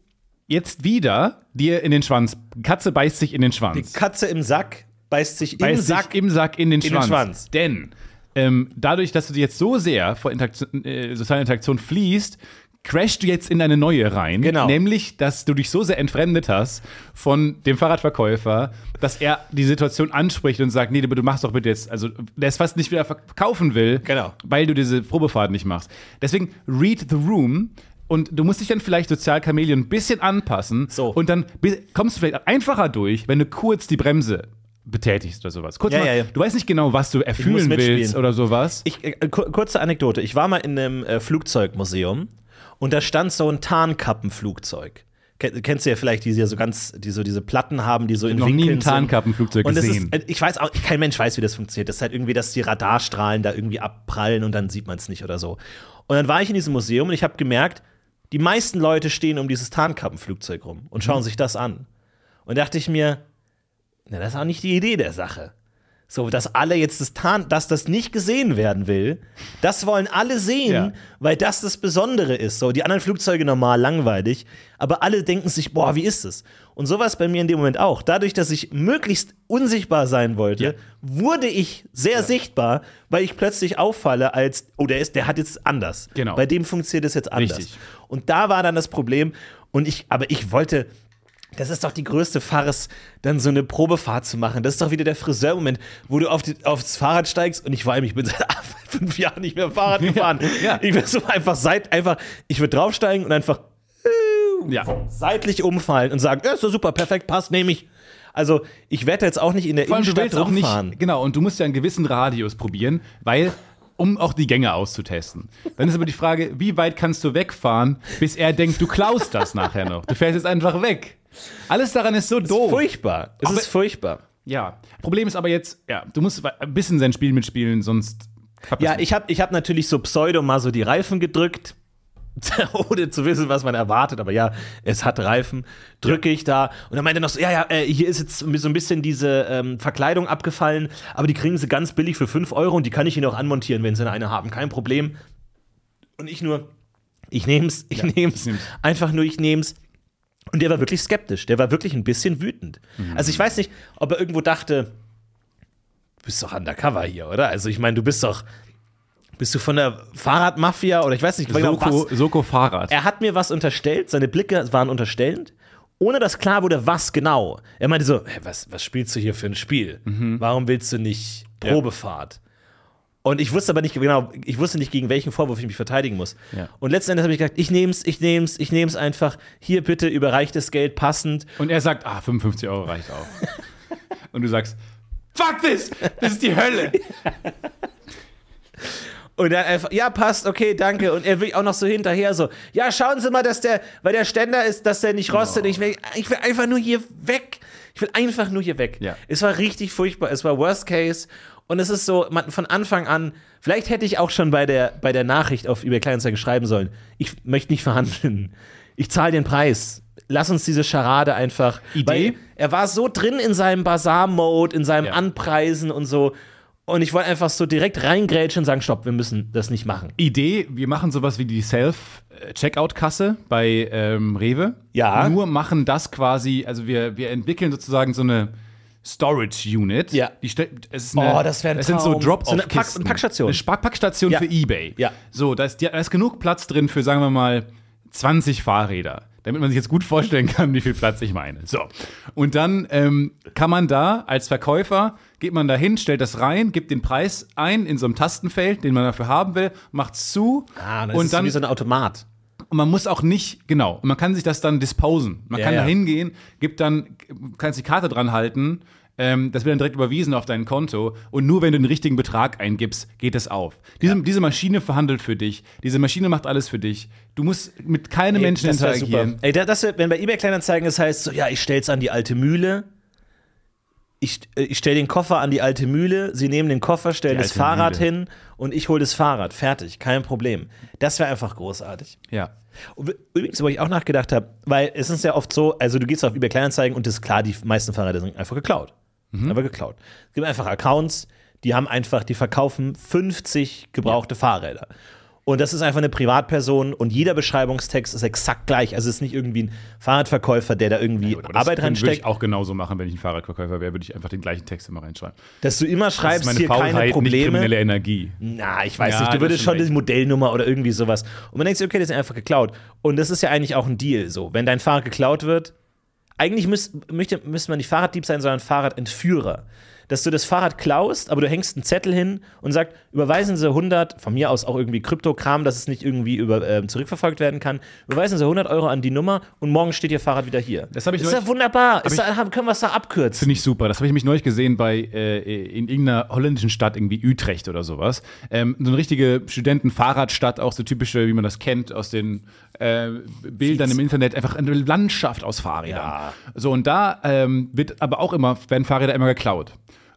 C: jetzt wieder dir in den Schwanz, Katze beißt sich in den
B: Die
C: Schwanz.
B: Katze im Sack beißt sich im
C: beißt
B: Sack.
C: sich im Sack in den
B: den
C: Schwanz.
B: Schwanz.
C: Denn ähm, dadurch, dass du jetzt so sehr vor Interaktion, äh, sozialen Interaktion fließt, crashst du jetzt in eine neue rein.
B: Genau.
C: Nämlich, dass du dich so sehr entfremdet hast von dem Fahrradverkäufer, dass er die Situation anspricht und sagt, nee, aber du machst doch bitte jetzt, also der es fast nicht wieder verkaufen will,
B: Genau.
C: weil du diese Probefahrt nicht machst. Deswegen read the room. Und du musst dich dann vielleicht sozial Chamäleon ein bisschen anpassen.
B: So.
C: Und dann bi- kommst du vielleicht einfacher durch, wenn du kurz die Bremse betätigst oder sowas. Kurz
B: Ja,
C: mal,
B: ja, ja.
C: Du weißt nicht genau, was du
B: muss
C: erfüllen
B: mitspielen.
C: willst oder sowas.
B: Ich, äh, ku- kurze Anekdote. Ich war mal in einem äh, Flugzeugmuseum und da stand so ein Tarnkappenflugzeug. Ken- Kennst du ja vielleicht, die ja so ganz, die so diese Platten haben, die so in
C: noch nie
B: Winkeln
C: ein Tarnkappenflugzeug
B: sind. Und das
C: gesehen.
B: Ist, äh, ich weiß auch, kein Mensch weiß, wie das funktioniert. Das ist halt irgendwie, dass die Radarstrahlen da irgendwie abprallen und dann sieht man es nicht oder so. Und dann war ich in diesem Museum und ich habe gemerkt, die meisten Leute stehen um dieses Tarnkappenflugzeug rum und
C: Mhm.
B: schauen sich das an. Und dachte ich mir, na, das ist auch nicht die Idee der Sache. So, dass alle jetzt das Tarn, dass das nicht gesehen werden will, das wollen alle sehen,
C: Ja.
B: weil das das Besondere ist. So, die anderen Flugzeuge normal langweilig, aber alle denken sich, boah, wie ist es? Und sowas bei mir in dem Moment auch. Dadurch, dass ich möglichst unsichtbar sein wollte,
C: Ja.
B: wurde ich sehr sichtbar, weil ich plötzlich auffalle als, oh, der ist, der hat jetzt anders.
C: Genau.
B: Bei dem funktioniert es jetzt anders.
C: Richtig.
B: Und da war dann das Problem. Und ich, aber ich wollte, das ist doch die größte Farce, dann so eine Probefahrt zu machen. Das ist doch wieder der Friseurmoment, wo du auf die, aufs Fahrrad steigst und ich war eben, ich bin seit fünf Jahren nicht mehr Fahrrad gefahren.
C: ja.
B: Ich bin so einfach seit einfach, ich würde draufsteigen und einfach
C: Ja.
B: seitlich umfallen und sagen, ja, ist doch super, perfekt, passt, nehme ich. Also ich werde jetzt auch nicht in der
C: Vor allem, du
B: Innenstadt
C: willst auch
B: rumfahren.
C: nicht. Genau, und du musst ja einen gewissen Radius probieren, weil. Um auch die Gänge auszutesten. Dann ist aber die Frage, wie weit kannst du wegfahren, bis er denkt, du klaust das nachher noch. Du fährst jetzt einfach weg. Alles daran ist so doof.
B: Furchtbar. Es
C: Aber-
B: ist furchtbar.
C: Ja. Problem ist aber jetzt, ja, du musst ein bisschen sein Spiel mitspielen, sonst. klappt das
B: Ja, ich hab, ich hab natürlich so pseudo mal so die Reifen gedrückt, ohne zu wissen, was man erwartet. Aber ja, es hat Reifen. Drücke ich da. Und dann meinte er noch so, ja, ja, äh, hier ist jetzt so ein bisschen diese ähm, Verkleidung abgefallen, aber die kriegen sie ganz billig für 5 Euro und die kann ich ihnen auch anmontieren, wenn sie eine haben. Kein Problem. Und ich nur, ich nehm's, ich nehm's.
C: nehm's.
B: Einfach nur, ich nehm's. Und der war wirklich skeptisch. Der war wirklich ein bisschen wütend. Also ich weiß nicht, ob er irgendwo dachte, du bist doch undercover hier, oder? Also ich meine, du bist doch, bist du von der Fahrradmafia oder ich weiß nicht, genau
C: Soko,
B: was.
C: Soko Fahrrad.
B: Er hat mir was unterstellt, seine Blicke waren unterstellend, ohne dass klar wurde, was genau. Er meinte so, "Hä, was, was spielst du hier für ein Spiel? Warum willst du nicht Probefahrt? Und ich wusste aber nicht genau, ich wusste nicht, gegen welchen Vorwurf ich mich verteidigen muss.
C: Ja.
B: Und letzten Endes habe ich gesagt, ich nehm's, ich nehm's, ich nehm's einfach. Hier bitte überreicht das Geld passend.
C: Und er sagt, ah, 55 Euro reicht auch. Und du sagst, fuck this, das ist die Hölle.
B: Und dann einfach, ja, passt, okay, danke. Und er will auch noch so hinterher so, ja, schauen Sie mal, dass der, weil der Ständer ist, dass der
C: Genau.
B: nicht rostet. Ich, will, ich will einfach nur hier weg. Ich will einfach nur hier weg.
C: Ja.
B: Es war richtig furchtbar. Es war Worst Case. Und es ist so, man, von Anfang an, vielleicht hätte ich auch schon bei der, bei der Nachricht auf eBay Kleinanzeigen schreiben sollen, ich möchte nicht verhandeln. Ich zahle den Preis. Lass uns diese Scharade einfach.
C: Idee?
B: Weil er war so drin in seinem Bazar-Mode, in seinem
C: Ja.
B: Anpreisen und so. Und ich wollte einfach so direkt reingrätschen und sagen, stopp, wir müssen das nicht machen.
C: Idee, wir machen sowas wie die Self-Checkout-Kasse bei ähm, Rewe.
B: Ja.
C: Nur machen das quasi, also wir, wir entwickeln sozusagen so eine Storage Unit.
B: Ja.
C: Die stell- es ist eine,
B: Oh, das wär ein
C: Es sind so
B: Traum. So eine Pack-
C: Drop-Off-Kisten.
B: eine Packstation.
C: Eine Spa- Packstation
B: Ja.
C: für Ebay.
B: Ja.
C: So, da ist, die- da ist genug Platz drin für, sagen wir mal, 20 Fahrräder. Damit man sich jetzt gut vorstellen kann, wie viel Platz ich meine. So. Und dann ähm, kann man da als Verkäufer, geht man da hin, stellt das rein, gibt den Preis ein in so einem Tastenfeld, den man dafür haben will, macht zu. und
B: Ah,
C: dann
B: wie so ein Automat.
C: und man muss auch nicht, genau, und man kann sich das dann disposen. Man
B: Ja,
C: kann
B: ja.
C: da hingehen, gibt dann, kannst die Karte dran halten, ähm, das wird dann direkt überwiesen auf dein Konto und nur wenn du den richtigen Betrag eingibst, geht das auf. Diese, diese Maschine verhandelt für dich, diese Maschine macht alles für dich. Du musst mit keinem Menschen
B: das wär
C: interagieren.
B: Super. Ey, da- das wär, wenn bei eBay Kleinanzeigen es heißt, so, ja, ich stell's an die alte Mühle. ich, äh, ich stelle den Koffer an die alte Mühle, sie nehmen den Koffer, stellen
C: Die
B: das
C: alte
B: Fahrrad
C: Mühle.
B: hin und ich hole das Fahrrad. Fertig, kein Problem. Das wäre einfach großartig.
C: Ja.
B: Und Übrigens, wo ich auch nachgedacht habe, weil es ist ja oft so, also du gehst auf eBay Kleinanzeigen und das ist klar, die meisten Fahrräder sind einfach geklaut.
C: Mhm.
B: Aber geklaut. Es gibt einfach Accounts, die haben einfach, die verkaufen 50 gebrauchte Fahrräder. Und das ist einfach eine Privatperson und jeder Beschreibungstext ist exakt gleich. Also es ist nicht irgendwie ein Fahrradverkäufer, der da irgendwie
C: Aber das
B: Arbeit
C: könnte- Würde
B: reinsteckt.
C: ich auch genauso machen, wenn ich ein Fahrradverkäufer wäre, würde ich einfach den gleichen Text immer reinschreiben.
B: Dass du immer
C: Das ist
B: schreibst,
C: meine
B: hier
C: Faulheit,
B: keine
C: nicht
B: Probleme.
C: kriminelle Energie.
B: Na, ich weiß
C: Ja,
B: nicht, du
C: das
B: würdest
C: ist
B: schon
C: schon
B: die Modellnummer oder irgendwie sowas. Und man denkt sich, okay, das ist einfach geklaut. Und das ist ja eigentlich auch ein Deal so. Wenn dein Fahrrad geklaut wird, eigentlich müß, möchte, müsste man nicht Fahrraddieb sein, sondern Fahrradentführer. Dass du das Fahrrad klaust, aber du hängst einen Zettel hin und sagst, überweisen Sie 100, von mir aus auch irgendwie Kryptokram, dass es nicht irgendwie über, ähm, zurückverfolgt werden kann, überweisen Sie 100 Euro an die Nummer und morgen steht Ihr Fahrrad wieder hier.
C: Das hab ich
B: ist ja
C: neulich-
B: wunderbar. Ist
C: ich-
B: da, haben- können wir es da abkürzen?
C: Finde ich super. Das habe ich mich neulich gesehen bei äh, in irgendeiner holländischen Stadt, irgendwie Utrecht oder sowas. Ähm, so eine richtige Studenten-Fahrradstadt, auch so typische, wie man das kennt aus den äh, Bildern im Internet, einfach eine Landschaft aus Fahrrädern.
B: Ja.
C: So, und da ähm, wird aber auch immer, werden Fahrräder immer geklaut.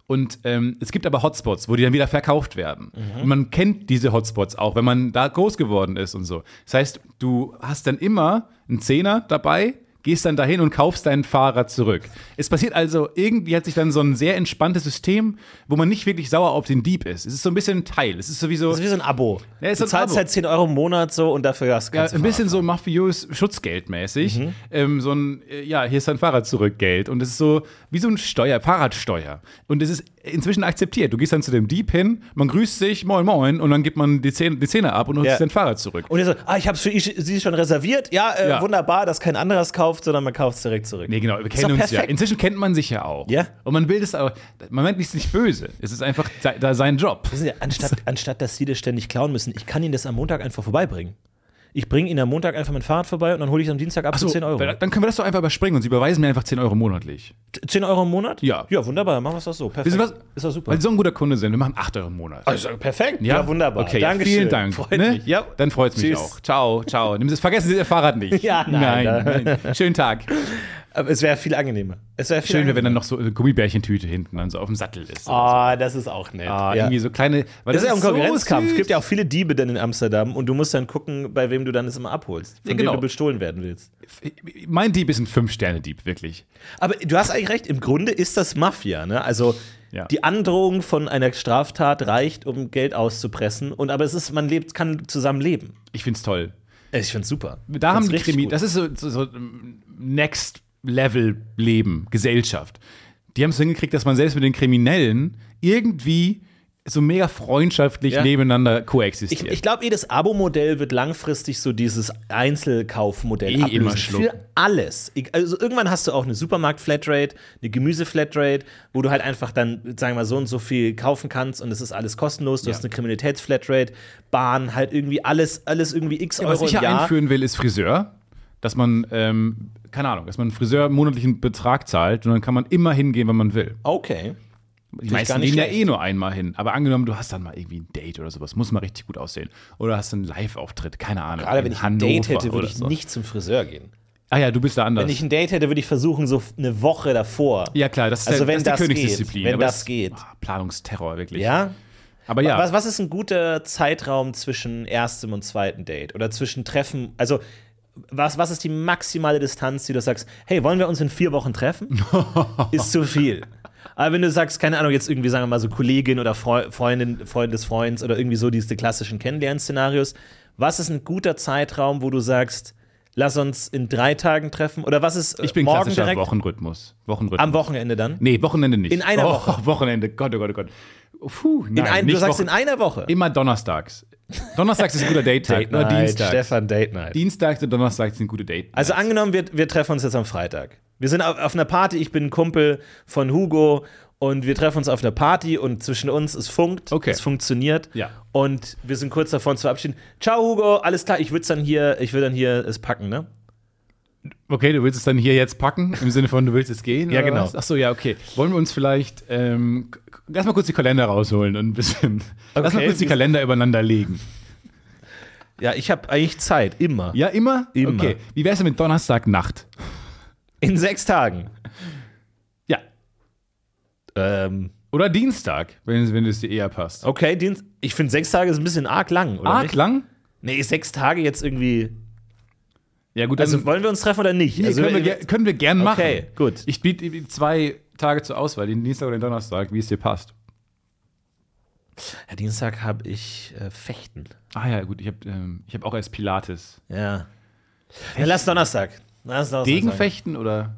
C: Und ähm, es gibt aber Hotspots, wo die dann wieder verkauft werden.
B: Mhm.
C: Und man kennt diese Hotspots auch, wenn man da groß geworden ist und so. Das heißt, du hast dann immer einen Zehner dabei, gehst dann dahin und kaufst deinen Fahrrad zurück. Es passiert also, irgendwie hat sich dann so ein sehr entspanntes System, wo man nicht wirklich sauer auf den Dieb ist. Es ist so ein bisschen ein Teil. Es ist sowieso
B: Das ist wie so ein Abo.
C: Ja, ist
B: du
C: so ein
B: zahlst
C: Abo.
B: halt 10 Euro im Monat so und dafür hast du
C: ja, Äh, ein bisschen so mafiös Schutzgeldmäßig.
B: Mhm.
C: Ähm, so ein, äh, ja, hier ist dein Fahrrad zurück, Geld. Und es ist so wie so ein Steuer, Fahrradsteuer. Und es ist inzwischen akzeptiert. Du gehst dann zu dem Dieb hin, man grüßt sich, moin, moin, und dann gibt man die Zähne, die Zähne ab und holt
B: Ja.
C: sich dein Fahrrad zurück.
B: Und er so, ah, ich hab's für ich, sie schon reserviert. Ja, äh,
C: Ja.
B: wunderbar, dass kein anderer es kauft, sondern man kauft es direkt zurück.
C: Nee, genau, wir
B: doch
C: kennen uns ja.
B: perfekt.
C: Inzwischen kennt man sich ja auch.
B: Ja.
C: Und man will das aber, man meint es nicht böse. Es ist einfach se- da sein Job.
B: Wissen Sie, anstatt, anstatt dass sie das ständig klauen müssen, ich kann ihnen das am Montag einfach vorbeibringen. Ich bringe ihnen am Montag einfach mein Fahrrad vorbei und dann hole ich es am Dienstag ab für 10 Euro.
C: Dann können wir das doch einfach überspringen und sie überweisen mir einfach 10 Euro monatlich.
B: 10 Euro im Monat?
C: Ja.
B: Ja, wunderbar, machen wir es doch so. Perfekt.
C: Wissen Sie was?
B: Ist doch super.
C: Weil sie so ein guter Kunde sind. Wir machen 8 Euro im Monat.
B: Also, perfekt. Ja, wunderbar.
C: Okay, ja,
B: Dankeschön.
C: vielen Dank.
B: Freut
C: ne?
B: mich. Ja.
C: Dann freut es mich
B: Tschüss.
C: auch. Ciao, ciao. Nimm das, vergessen Sie Ihr Fahrrad nicht.
B: Ja, nein,
C: nein, nein. Schönen Tag.
B: Aber es wäre viel angenehmer. Es wäre viel
C: Schön wäre, wenn
B: angenehmer.
C: dann noch so eine Gummibärchentüte hinten dann so auf dem Sattel ist.
B: Oh, das ist auch nett.
C: Ah,
B: ja.
C: Irgendwie so kleine. Weil
B: Das ist ja auch ein
C: so
B: Konkurrenzkampf. Es
C: süß.
B: gibt ja auch viele Diebe dann in Amsterdam und du musst dann gucken, bei wem du dann es immer abholst, von
C: Ja, genau.
B: wem du bestohlen werden willst.
C: Mein Dieb ist ein Fünf-Sterne-Dieb, wirklich.
B: Aber du hast eigentlich recht, im Grunde ist das Mafia, ne? Also
C: Ja.
B: die Androhung von einer Straftat reicht, um Geld auszupressen. Und aber es ist, man lebt, kann zusammen leben.
C: Ich find's toll.
B: Ich find's super.
C: Da
B: Find's
C: haben die
B: richtig
C: Krimi.
B: gut.
C: Das ist so, so, so ähm, Next Level Leben, Gesellschaft. Die haben es hingekriegt, dass man selbst mit den Kriminellen irgendwie so mega freundschaftlich
B: Ja.
C: nebeneinander koexistiert.
B: ich ich glaube, jedes Abo-Modell wird langfristig so dieses Einzelkaufmodell
C: Eh
B: ablösen.
C: immer
B: Für
C: schlucken.
B: alles. Ich- Also irgendwann hast du auch eine Supermarkt-Flatrate, eine Gemüse-Flatrate, wo du halt einfach dann, sagen wir mal, so und so viel kaufen kannst und es ist alles kostenlos. Du
C: Ja.
B: hast eine Kriminalitäts-Flatrate, Bahn, halt irgendwie alles, alles irgendwie x
C: Was
B: Euro
C: ich
B: im
C: ja
B: Jahr.
C: einführen will, ist Friseur. Dass man, ähm, keine Ahnung, dass man einen Friseur monatlichen Betrag zahlt und dann kann man immer hingehen, wenn man will.
B: okay.
C: Die
B: gar
C: meisten
B: nicht
C: gehen ja
B: schlecht.
C: eh nur einmal hin. Aber angenommen, du hast dann mal irgendwie ein Date oder sowas, muss mal richtig gut aussehen. Oder hast einen Live-Auftritt, keine Ahnung.
B: Gerade
C: in
B: wenn ich ein
C: Hannover
B: Date hätte, würde
C: oder
B: ich
C: so.
B: nicht zum Friseur gehen.
C: Ah ja, du bist da anders.
B: Wenn ich ein Date hätte, würde ich versuchen, so eine Woche davor.
C: ja klar, das ist,
B: Also
C: ja,
B: wenn
C: das ist
B: das
C: die
B: geht,
C: Königsdisziplin.
B: wenn
C: aber
B: das
C: ist-
B: geht.
C: ah, Planungsterror, wirklich.
B: Ja?
C: Aber ja,
B: Was, was ist ein guter Zeitraum zwischen erstem und zweitem Date? Oder zwischen Treffen? Also, was, was ist die maximale Distanz, die du sagst, hey, wollen wir uns in vier Wochen treffen? ist zu viel. Aber wenn du sagst, keine Ahnung, jetzt irgendwie, sagen wir mal, so Kollegin oder Freu Freundin, Freund des Freunds oder irgendwie so diese klassischen Kennenlernszenarios, was ist ein guter Zeitraum, wo du sagst, lass uns in drei Tagen treffen? Oder was ist äh,
C: ich bin
B: morgen
C: klassischer
B: direkt
C: Wochenrhythmus. Wochenrhythmus.
B: am Wochenende dann?
C: nee, Wochenende nicht.
B: In einer
C: oh,
B: Woche.
C: Wochenende, Gott, oh Gott, oh Gott. Puh, nein,
B: in ein, du
C: nicht
B: sagst
C: Wochen-
B: in einer Woche.
C: Immer donnerstags. Donnerstags ist ein guter Date-Tag. oder Dienstags.
B: Stefan, Date Night.
C: Dienstags und Donnerstags sind gute Date.
B: Also angenommen, wir, wir treffen uns jetzt am Freitag. Wir sind auf, auf einer Party, ich bin ein Kumpel von Hugo und wir treffen uns auf einer Party und zwischen uns es funkt,
C: Okay.
B: es funktioniert
C: Ja.
B: und wir sind kurz davor uns zu verabschieden. Ciao Hugo, alles klar, ich würde dann hier, ich würde dann hier es packen, ne?
C: okay, du willst es dann hier jetzt packen, im Sinne von, du willst jetzt gehen?
B: Ja,
C: oder
B: genau.
C: was? Ach so, ja, okay. Wollen wir uns vielleicht ähm, k- k- lass mal kurz die Kalender rausholen und ein bisschen. Lass mal
B: Okay.
C: kurz die Kalender übereinander legen.
B: Ja, ich habe eigentlich Zeit, immer.
C: Ja, immer?
B: Immer.
C: Okay. Wie wär's denn mit Donnerstagnacht?
B: In sechs Tagen.
C: Ja.
B: Ähm,
C: Oder Dienstag, wenn, wenn es dir eher passt.
B: okay, Dienst ich finde sechs Tage ist ein bisschen arg lang, Oh, oder?
C: Arg
B: nicht?
C: lang?
B: Nee, sechs Tage jetzt irgendwie.
C: Ja, gut,
B: Also wollen wir uns treffen oder nicht?
C: Nee,
B: also,
C: können, wir,
B: äh,
C: ger- können wir gern machen.
B: Okay, gut.
C: Ich biete ihm zwei Tage zur Auswahl, den Dienstag oder den Donnerstag, wie es dir passt.
B: ja, Dienstag habe ich äh, Fechten.
C: Ah ja, gut, ich habe ähm, ich hab auch erst Pilates.
B: Ja. ja lass Donnerstag. Lass Donnerstag sagen.
C: Degenfechten oder?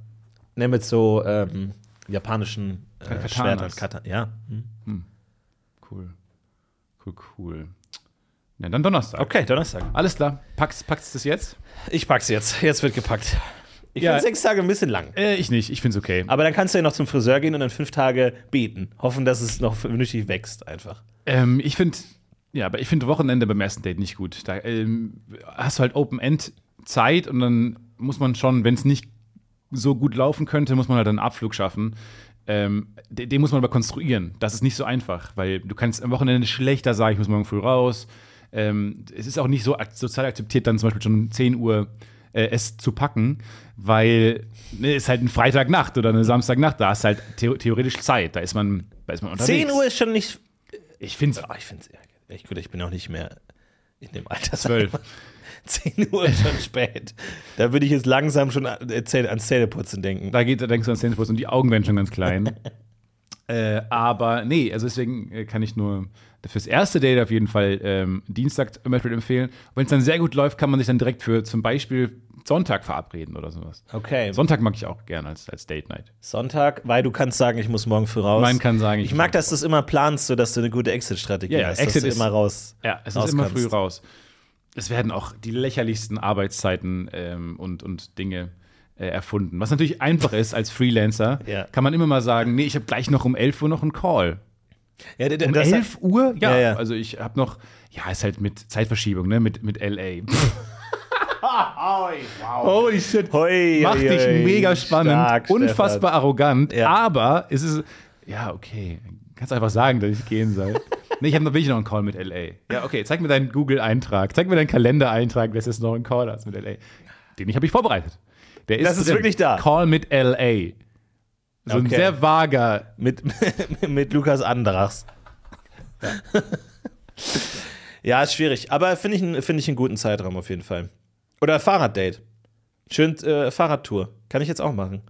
B: Ne, mit so ähm, japanischen äh,
C: Katanas.
B: Schwertern. Kata ja. Hm.
C: Cool. Cool, cool. Ja, dann Donnerstag.
B: Okay, Donnerstag.
C: Alles klar. Packst, packst du das jetzt?
B: Ich pack's jetzt. Jetzt wird gepackt. Ich
C: Ja.
B: finde sechs Tage ein bisschen lang.
C: Äh, ich nicht. Ich find's okay.
B: Aber dann kannst du ja noch zum Friseur gehen und dann fünf Tage beten. Hoffen, dass es noch vernünftig wächst einfach.
C: Ähm, ich finde, ja, aber ich finde Wochenende beim ersten Date nicht gut. Da ähm, hast du halt Open-End-Zeit und dann muss man schon, wenn es nicht so gut laufen könnte, muss man halt einen Abflug schaffen. Ähm, de- den muss man aber konstruieren. Das ist nicht so einfach, weil du kannst am Wochenende schlechter sagen, ich muss morgen früh raus. Ähm, es ist auch nicht so ak sozial akzeptiert, dann zum Beispiel schon um 10 Uhr äh, es zu packen, weil ne, ist halt ein Freitagnacht oder eine Samstagnacht, da hast du halt theo theoretisch Zeit, da ist man, da ist man unterwegs.
B: 10 Uhr ist schon nicht.
C: Ich finde
B: Ah, ich finde es echt gut. Ich bin auch nicht mehr in dem Alter.
C: Zwölf.
B: 10 Uhr ist schon spät. Da würde ich jetzt langsam schon an- äh, Zähne- ans Zähneputzen denken.
C: Da, geht, da denkst du an Sandwich und die Augen werden schon ganz klein. äh, aber nee, also deswegen äh, kann ich nur fürs erste Date auf jeden Fall ähm, Dienstag zum Beispiel empfehlen. Wenn es dann sehr gut läuft, kann man sich dann direkt für zum Beispiel Sonntag verabreden oder sowas.
B: Okay.
C: Sonntag mag ich auch gerne als, als Date Night.
B: Sonntag, weil du kannst sagen, ich muss morgen früh raus.
C: Man kann sagen,
B: Ich
C: muss
B: mag, dass du es immer planst, sodass du eine gute Exit-Strategie
C: Ja, ja,
B: hast. dass
C: Exit ist-
B: du immer raus.
C: Ja, es ist immer
B: rauskommst.
C: früh raus. Es werden auch die lächerlichsten Arbeitszeiten ähm, und, und Dinge äh, erfunden. Was natürlich einfach ist als Freelancer,
B: Ja.
C: kann man immer sagen, nee, ich habe gleich noch um 11 Uhr noch einen Call.
B: Ja, d- d-
C: Um
B: das-
C: 11 Uhr? Ja,
B: Ja, ja.
C: Also ich habe noch, ja, ist halt mit Zeitverschiebung, ne, mit, mit LA. Pff,
B: Holy shit. Hoi,
C: Macht
B: hoi,
C: dich
B: hoi.
C: mega spannend,
B: Stark,
C: unfassbar arrogant,
B: Ja.
C: aber es ist, ja, okay, kannst einfach sagen, dass ich gehen soll. nee, ich habe noch wirklich noch einen Call mit LA. Ja, okay, zeig mir deinen Google-Eintrag, zeig mir deinen Kalendereintrag, dass jetzt noch einen Call hast mit LA. Den ich habe ich vorbereitet. Der ist
B: Das ist
C: drin.
B: wirklich da.
C: Call mit LA. So ein
B: Okay.
C: sehr vager,
B: Stefan. Mit, mit Lukas Andrachs. Ja, ist schwierig. Aber finde ich, einen- finde ich einen guten Zeitraum auf jeden Fall. Oder Fahrraddate. Schön äh, Fahrradtour. Kann ich jetzt auch machen.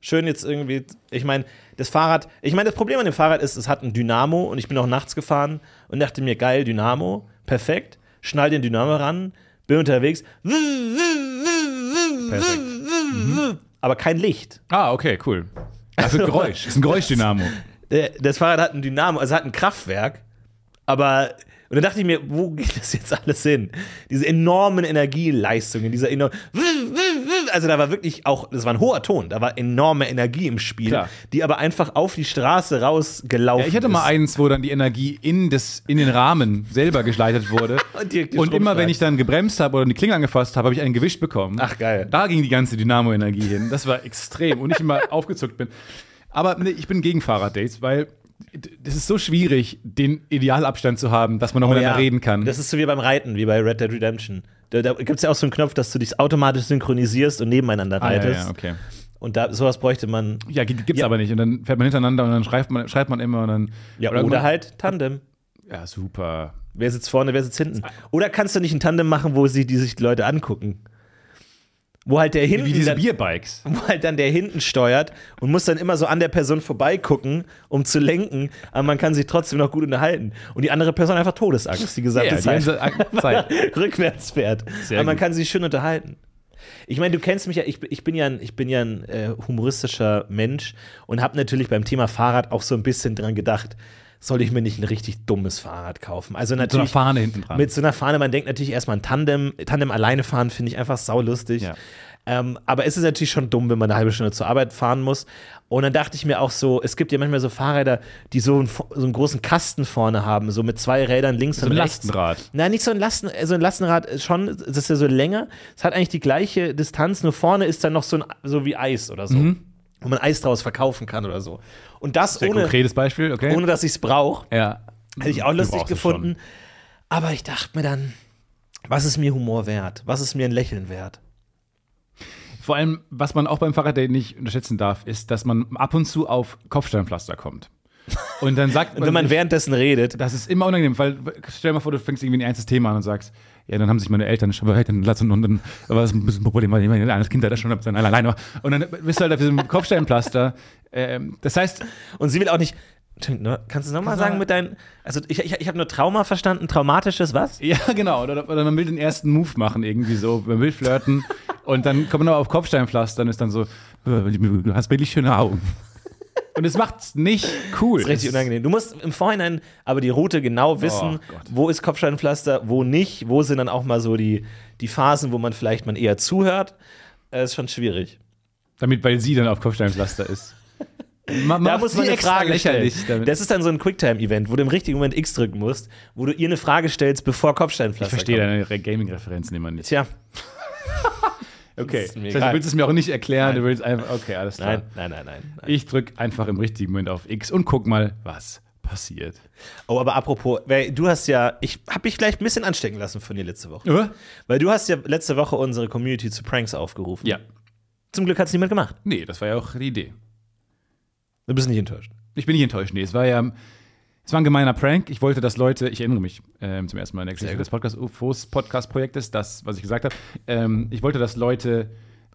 B: Schön jetzt irgendwie, ich meine, das Fahrrad, ich meine, das Problem an dem Fahrrad ist, es hat ein Dynamo und ich bin auch nachts gefahren und dachte mir, geil, Dynamo, perfekt, schnall den Dynamo ran, bin unterwegs,
C: perfekt.
B: aber kein Licht.
C: Ah, okay, cool. Also Geräusch, ist ein Geräuschdynamo.
B: Äh, das Fahrrad hat einen Dynamo, also hat ein Kraftwerk, aber und dann dachte ich mir, wo geht das jetzt alles hin? Diese enormen Energieleistungen, dieser enorm also da war wirklich auch, das war ein hoher Ton, da war enorme Energie im Spiel,
C: Klar.
B: die aber einfach auf die Straße rausgelaufen
C: Ja, ich hatte mal
B: ist.
C: eins, wo dann die Energie in, das, in den Rahmen selber geschleitet wurde.
B: Und direkt
C: und immer
B: geschrumpft
C: wenn ich dann gebremst habe oder eine Klinge angefasst habe, habe ich einen gewischt bekommen.
B: Ach, geil.
C: Da ging die ganze Dynamo-Energie hin. Das war extrem. und ich immer aufgezuckt bin. Aber nee, ich bin gegen Fahrraddates, weil d- das ist so schwierig, den Idealabstand zu haben, dass man noch miteinander
B: Oh Ja,
C: reden kann.
B: Das ist so wie beim Reiten, wie bei Red Dead Redemption. Da, da gibt es ja auch so einen Knopf, dass du dich automatisch synchronisierst und nebeneinander
C: ah, ja,
B: reitest.
C: ja, okay.
B: Und da, sowas bräuchte man.
C: Ja, gi- gibt's
B: Ja.
C: aber nicht. Und dann fährt man hintereinander und dann schreibt man, schreibt man immer und dann.
B: Ja, oder, halt Tandem.
C: Ja, super.
B: Wer sitzt vorne, wer sitzt hinten? Oder kannst du nicht ein Tandem machen, wo sie die sich die Leute angucken? Wo halt der hinten
C: Wie diese
B: dann,
C: Bierbikes.
B: wo halt dann der hinten steuert und muss dann immer so an der Person vorbeigucken, um zu lenken, aber man kann sich trotzdem noch gut unterhalten. Und die andere Person einfach Todesangst die gesamte
C: Ja, die
B: Zeit.
C: ganze Zeit.
B: rückwärts fährt.
C: Sehr
B: Aber man
C: gut.
B: kann sich schön unterhalten. Ich meine, du kennst mich ja, ich, ich bin ja ein, ich bin ja ein äh, humoristischer Mensch und habe natürlich beim Thema Fahrrad auch so ein bisschen dran gedacht, soll ich mir nicht ein richtig dummes Fahrrad kaufen? Also
C: Mit so einer
B: natürlich
C: Fahne hinten dran.
B: mit so einer Fahne, man denkt natürlich erstmal an Tandem. Tandem alleine fahren finde ich einfach saulustig.
C: Ja.
B: Ähm, aber es ist natürlich schon dumm, wenn man eine halbe Stunde zur Arbeit fahren muss. Und dann dachte ich mir auch so, es gibt ja manchmal so Fahrräder, die so einen, so einen großen Kasten vorne haben, so mit zwei Rädern links
C: so
B: und
C: ein
B: rechts.
C: Lastenrad.
B: Nein, nicht so ein, Lasten, so ein Lastenrad, äh, schon, das ist ja so länger. Es hat eigentlich die gleiche Distanz, nur vorne ist dann noch so, ein, so wie Eis oder so. Wo man Eis draus verkaufen kann oder so. Und das
C: Mhm. Sehr
B: ohne,
C: konkretes Beispiel, okay?
B: ohne dass ich es brauche,
C: ja.
B: hätte ich auch
C: Mhm. Du
B: lustig
C: brauchst es
B: gefunden. Aber ich dachte mir dann, was ist mir Humor wert? Was ist mir ein Lächeln wert?
C: Schon. Vor allem, was man auch beim Fahrraddate nicht unterschätzen darf, ist, dass man ab und zu auf Kopfsteinpflaster kommt. Und dann sagt
B: Und wenn man
C: sich,
B: währenddessen redet,
C: das ist immer unangenehm, weil stell dir mal vor, du fängst irgendwie ein ernstes Thema an und sagst, ja, dann haben sich meine Eltern schon bereit, dann lass und, und dann war das ein bisschen ein Problem, weil ich mein anderes Kind hat das schon dann alleine war. Und dann bist du halt auf diesem Kopfsteinpflaster. Ähm, das heißt,
B: und sie will auch nicht. Entschuldigung, ne? Kannst du nochmal
C: Kannst du
B: sagen
C: noch-
B: mit deinen. Also, ich, ich, ich habe nur Trauma verstanden, traumatisches was?
C: ja, genau, oder, oder man will den ersten Move machen irgendwie so, man will flirten und dann kommt man aber auf Kopfsteinpflaster und ist dann so, äh, du hast wirklich schöne Augen. Und es macht's nicht cool.
B: Das ist richtig
C: Es-
B: unangenehm. Du musst im Vorhinein aber die Route genau wissen,
C: Oh Gott.
B: wo ist Kopfsteinpflaster, wo nicht, wo sind dann auch mal so die, die Phasen, wo man vielleicht man eher zuhört. Das ist schon schwierig.
C: Damit, weil sie dann auf Kopfsteinpflaster ist. Ma-
B: Da
C: macht
B: muss
C: sie
B: man eine
C: extra
B: Frage stellen.
C: lächerlich damit.
B: Das ist dann so ein Quicktime-Event, wo du im richtigen Moment X drücken musst, wo du ihr eine Frage stellst, bevor Kopfsteinpflaster
C: Ich verstehe
B: kommt.
C: deine Re- Gaming-Referenzen immer nicht.
B: Tja,
C: Okay.
B: ist
C: Das
B: mir
C: heißt,
B: egal.
C: du willst es mir auch nicht erklären, du willst einfach. Okay, alles klar.
B: nein, nein, nein, nein. nein.
C: Ich drück einfach im richtigen Moment auf X und guck mal, was passiert.
B: Oh, aber apropos, weil du hast ja, ich habe mich gleich ein bisschen anstecken lassen von dir letzte Woche.
C: Äh?
B: Weil du hast ja letzte Woche unsere Community zu Pranks aufgerufen.
C: Ja.
B: Zum Glück hat es niemand gemacht.
C: Nee, das war ja auch die Idee.
B: Du bist nicht enttäuscht.
C: Ich bin nicht enttäuscht. Nee, es war ja. Es war ein gemeiner Prank. Ich wollte, dass Leute, ich erinnere mich ähm, zum ersten Mal in der Geschichte des Podcast UFOs Podcast-Projektes, das, was ich gesagt habe. Ähm, ich wollte, dass Leute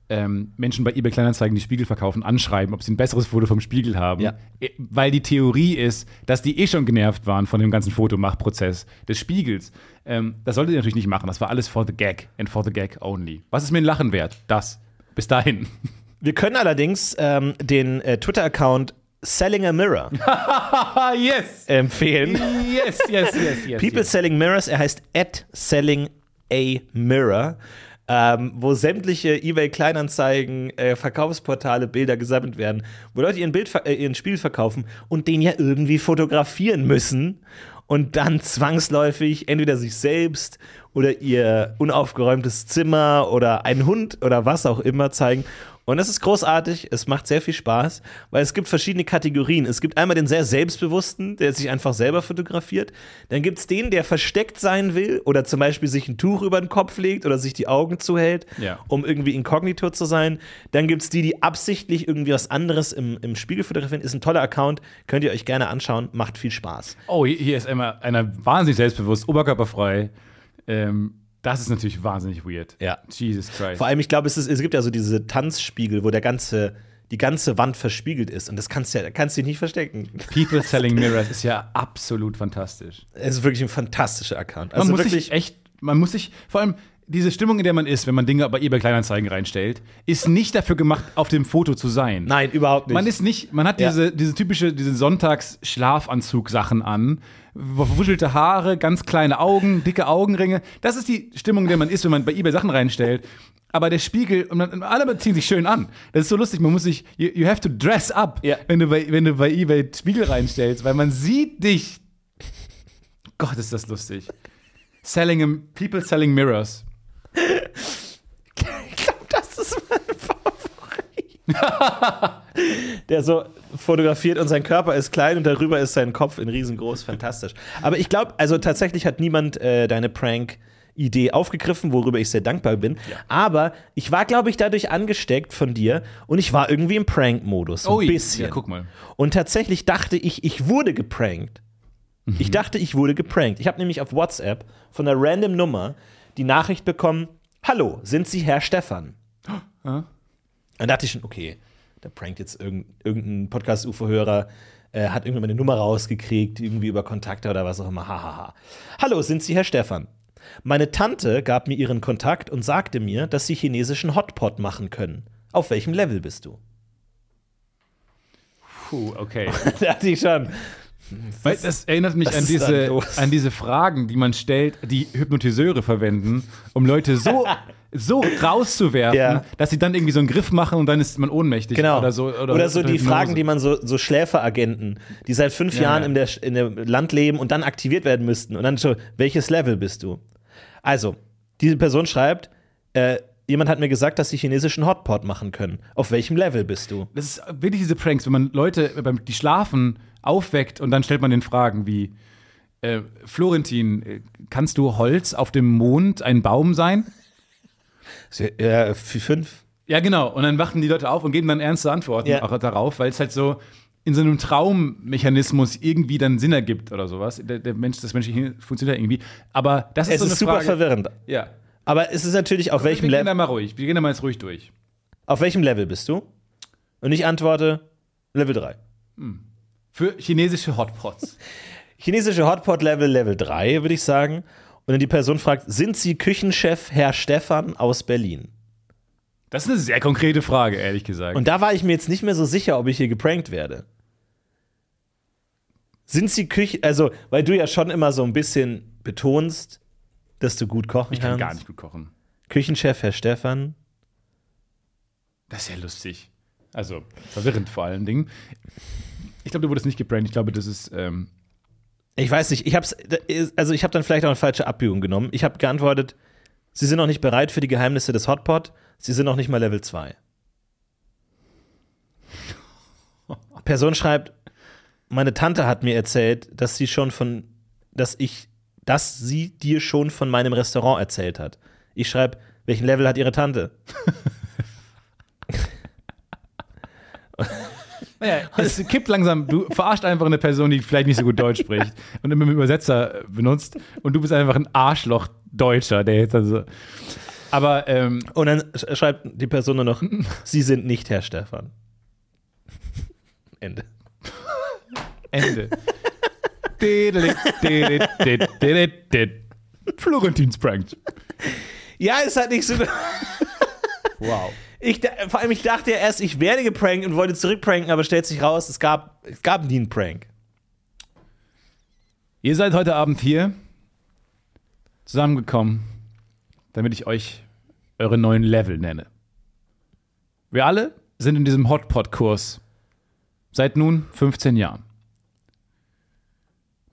C: ähm, Menschen bei eBay Kleinanzeigen, die Spiegel verkaufen, anschreiben, ob sie ein besseres Foto vom Spiegel haben.
B: Ja.
C: Äh, Weil die Theorie ist, dass die eh schon genervt waren von dem ganzen Fotomachprozess des Spiegels. Ähm, das solltet ihr natürlich nicht machen. Das war alles for the gag and for the gag only. Was ist mir ein Lachen wert? Das. Bis dahin.
B: Wir können allerdings ähm, den äh, Twitter-Account Selling a Mirror
C: Ah, yes!
B: empfehlen.
C: Äh, Yes, yes, yes, yes.
B: People Selling Mirrors, er heißt at Selling a Mirror, ähm, wo sämtliche eBay-Kleinanzeigen, äh, Verkaufsportale, Bilder gesammelt werden, wo Leute ihren Bild, ver- äh, ihren Spiel verkaufen und den ja irgendwie fotografieren müssen und dann zwangsläufig entweder sich selbst oder ihr unaufgeräumtes Zimmer oder einen Hund oder was auch immer zeigen. Und das ist großartig, es macht sehr viel Spaß, weil es gibt verschiedene Kategorien. Es gibt einmal den sehr selbstbewussten, der sich einfach selber fotografiert. Dann gibt es den, der versteckt sein will oder zum Beispiel sich ein Tuch über den Kopf legt oder sich die Augen zuhält,
C: Ja.
B: um irgendwie inkognito zu sein. Dann gibt es die, die absichtlich irgendwie was anderes im, im Spiegel fotografieren. Ist ein toller Account, könnt ihr euch gerne anschauen, macht viel Spaß.
C: Oh, hier- hier ist einmal einer wahnsinnig selbstbewusst, oberkörperfrei. Ähm, das ist natürlich wahnsinnig weird.
B: Ja.
C: Jesus Christ.
B: Vor allem, ich glaube, es, ist, es gibt ja so diese Tanzspiegel, wo der ganze, die ganze Wand verspiegelt ist. Und das kannst du ja, kannst du nicht verstecken.
C: People Selling Mirrors ist ja absolut fantastisch.
B: Es ist wirklich ein fantastischer Account.
C: Man
B: Also
C: muss
B: wirklich,
C: sich echt, man muss sich, vor allem diese Stimmung, in der man ist, wenn man Dinge bei eBay Kleinanzeigen reinstellt, ist nicht dafür gemacht, auf dem Foto zu sein.
B: nein, überhaupt nicht.
C: Man ist nicht, man hat
B: Ja.
C: diese, diese typische, diese Sonntags-Schlafanzug-Sachen an. Verwuschelte Haare, ganz kleine Augen, dicke Augenringe. Das ist die Stimmung, in der man ist, wenn man bei eBay Sachen reinstellt. Aber der Spiegel, und man, alle ziehen sich schön an. Das ist so lustig, man muss sich, you, you have to dress up,
B: Ja.
C: wenn, du bei, wenn du bei eBay Spiegel reinstellst, weil man sieht dich. Gott, ist das lustig. Selling, a- people selling mirrors.
B: ich glaube, das ist mein Favorit. der so fotografiert und sein Körper ist klein und darüber ist sein Kopf in riesengroß. Fantastisch. Aber ich glaube, also tatsächlich hat niemand äh, deine Prank. Idee aufgegriffen, worüber ich sehr dankbar bin. Aber ich war, glaube ich, dadurch angesteckt von dir und ich war irgendwie im Prank-Modus. Ein
C: Ui,
B: bisschen.
C: Ja, guck mal.
B: Und tatsächlich dachte ich, ich wurde geprankt. Ich dachte, ich wurde geprankt. Ich habe nämlich auf WhatsApp von einer random Nummer die Nachricht bekommen: Hallo, sind Sie Herr Stefan? Dann dachte ich schon, okay, da prankt jetzt irgend- irgendein Podcast-UFO-Hörer, äh, hat irgendwie meine Nummer rausgekriegt, irgendwie über Kontakte oder was auch immer. Hahaha. Ha, ha. Hallo, sind Sie Herr Stefan? Meine Tante gab mir ihren Kontakt und sagte mir, dass Sie chinesischen Hotpot machen können. Auf welchem Level bist du?
C: Puh, okay.
B: da dachte ich schon.
C: Weil das erinnert mich
B: was
C: an
B: ist da
C: diese,
B: los?
C: an diese Fragen, die man stellt, die Hypnotiseure verwenden, um Leute so, so rauszuwerfen,
B: Ja.
C: dass sie dann irgendwie so einen Griff machen und dann ist man ohnmächtig.
B: Genau.
C: Oder so, oder
B: so die Fragen, die man so, so Schläferagenten, die seit fünf
C: Ja,
B: Jahren
C: ja.
B: In, der, in dem Land leben und dann aktiviert werden müssten. Und dann so, welches Level bist du? Also, diese Person schreibt, äh, jemand hat mir gesagt, dass sie chinesischen Hotpot machen können. Auf welchem Level bist du?
C: Das ist wirklich diese Pranks, wenn man Leute, beim, die schlafen, aufweckt und dann stellt man den Fragen wie: äh, Florentin, äh, kannst du Holz auf dem Mond ein Baum sein?
B: Ja, fünf.
C: Ja, genau. Und dann wachen die Leute auf und geben dann ernste Antworten
B: Ja.
C: auch darauf, weil es halt so, in so einem Traummechanismus irgendwie dann Sinn ergibt oder sowas. Der, der Mensch, das menschliche Hirn funktioniert ja irgendwie. Aber das ist
B: Es
C: so eine
B: ist super
C: Frage.
B: verwirrend.
C: Ja.
B: Aber es ist natürlich, auf welchem,
C: wir
B: Level,
C: gehen da mal ruhig. Wir gehen da mal jetzt ruhig durch.
B: auf welchem Level bist du? Und ich antworte Level 3.
C: Für chinesische Hotpots.
B: Chinesische Hotpot-Level, Level 3, würde ich sagen. Und dann die Person fragt, sind Sie Küchenchef Herr Stefan aus Berlin?
C: Das ist eine sehr konkrete Frage, ehrlich gesagt.
B: Und da war ich mir jetzt nicht mehr so sicher, ob ich hier geprankt werde. Sind Sie Küchen, also, weil du ja schon immer so ein bisschen betonst, dass du gut kochen
C: ich kann
B: kannst.
C: gar nicht gut kochen.
B: Küchenchef Herr Stefan.
C: Das ist ja lustig. Also verwirrend vor allen Dingen. Ich glaube, du wurdest nicht gebrannt. Ich glaube, das ist. Ähm,
B: Ich weiß nicht, ich hab's, also ich habe dann vielleicht auch eine falsche Abbiegung genommen. Ich habe geantwortet, Sie sind noch nicht bereit für die Geheimnisse des Hotpot, Sie sind noch nicht mal Level 2. Person schreibt, meine Tante hat mir erzählt, dass sie schon von, dass ich, dass sie dir schon von meinem Restaurant erzählt hat. Ich schreibe, welchen Level hat ihre Tante?
C: naja, es kippt langsam. Du verarscht einfach eine Person, die vielleicht nicht so gut Deutsch spricht und immer mit dem Übersetzer äh, benutzt. Und du bist einfach ein Arschloch-Deutscher, der jetzt also. Aber ähm,
B: Und dann sch- schreibt die Person nur noch, Sie sind nicht Herr Stefan. Ende.
C: Ende. Diddle, diddle, diddle, diddle, diddle. Florentins prankt.
B: Ja, ist halt nicht so.
C: Wow.
B: Ich, da- vor allem, ich dachte ja erst, ich werde geprankt und wollte zurückpranken, aber stellt sich raus, es gab, es gab nie einen Prank.
C: Ihr seid heute Abend hier zusammengekommen, damit ich euch eure neuen Level nenne. Wir alle sind in diesem Hotpot-Kurs seit nun 15 Jahren.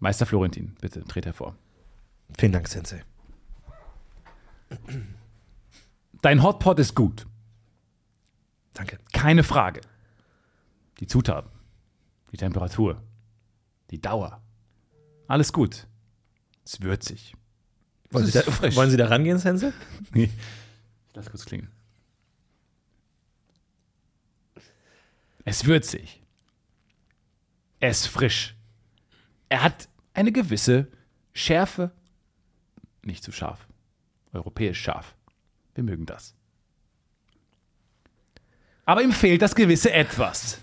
C: Meister Florentin, bitte, tret hervor.
B: Vielen Dank, Sensei.
C: Dein Hotpot ist gut,
B: Danke.
C: keine Frage. Die Zutaten, die Temperatur, die Dauer, alles gut. Es ist würzig.
B: Wollen
C: Es
B: Sie, da,
C: ist frisch.
B: wollen Sie da rangehen, Sensei?
C: Nee. Ich lass kurz klingen. Es würzig. Es frisch. Er hat eine gewisse Schärfe. Nicht zu scharf. Europäisch scharf. Wir mögen das. Aber ihm fehlt das gewisse Etwas.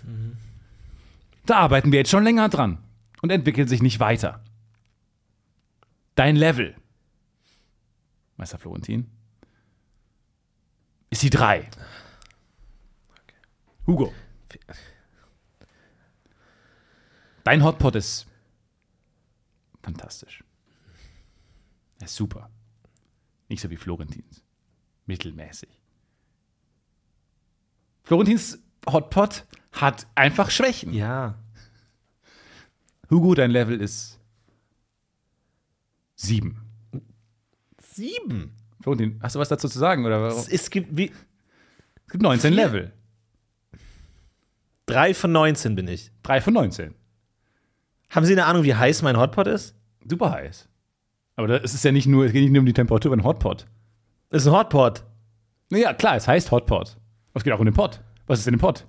C: Da arbeiten wir jetzt schon länger dran und entwickeln sich nicht weiter. Dein Level, Meister Florentin, ist die 3. Hugo. Dein Hotpot ist fantastisch. Er ist super. Nicht so wie Florentins. Mittelmäßig. Florentins Hotpot hat einfach Schwächen.
B: Ja.
C: Hugo, dein Level ist 7.
B: Sieben.
C: Florentin, hast du was dazu zu sagen? Oder warum?
B: Es, es gibt wie.
C: Es gibt 19
B: Vier.
C: Level.
B: Drei von 19 bin ich.
C: 3 von 19.
B: Haben Sie eine Ahnung, wie heiß mein Hotpot ist?
C: super heiß. Aber da- es ist ja nicht nur, es geht nicht nur um die Temperatur beim Hotpot.
B: Das ist ein Hotpot.
C: Naja, klar, es heißt Hotpot. Aber es geht auch um den Pot. Was ist denn im Pot?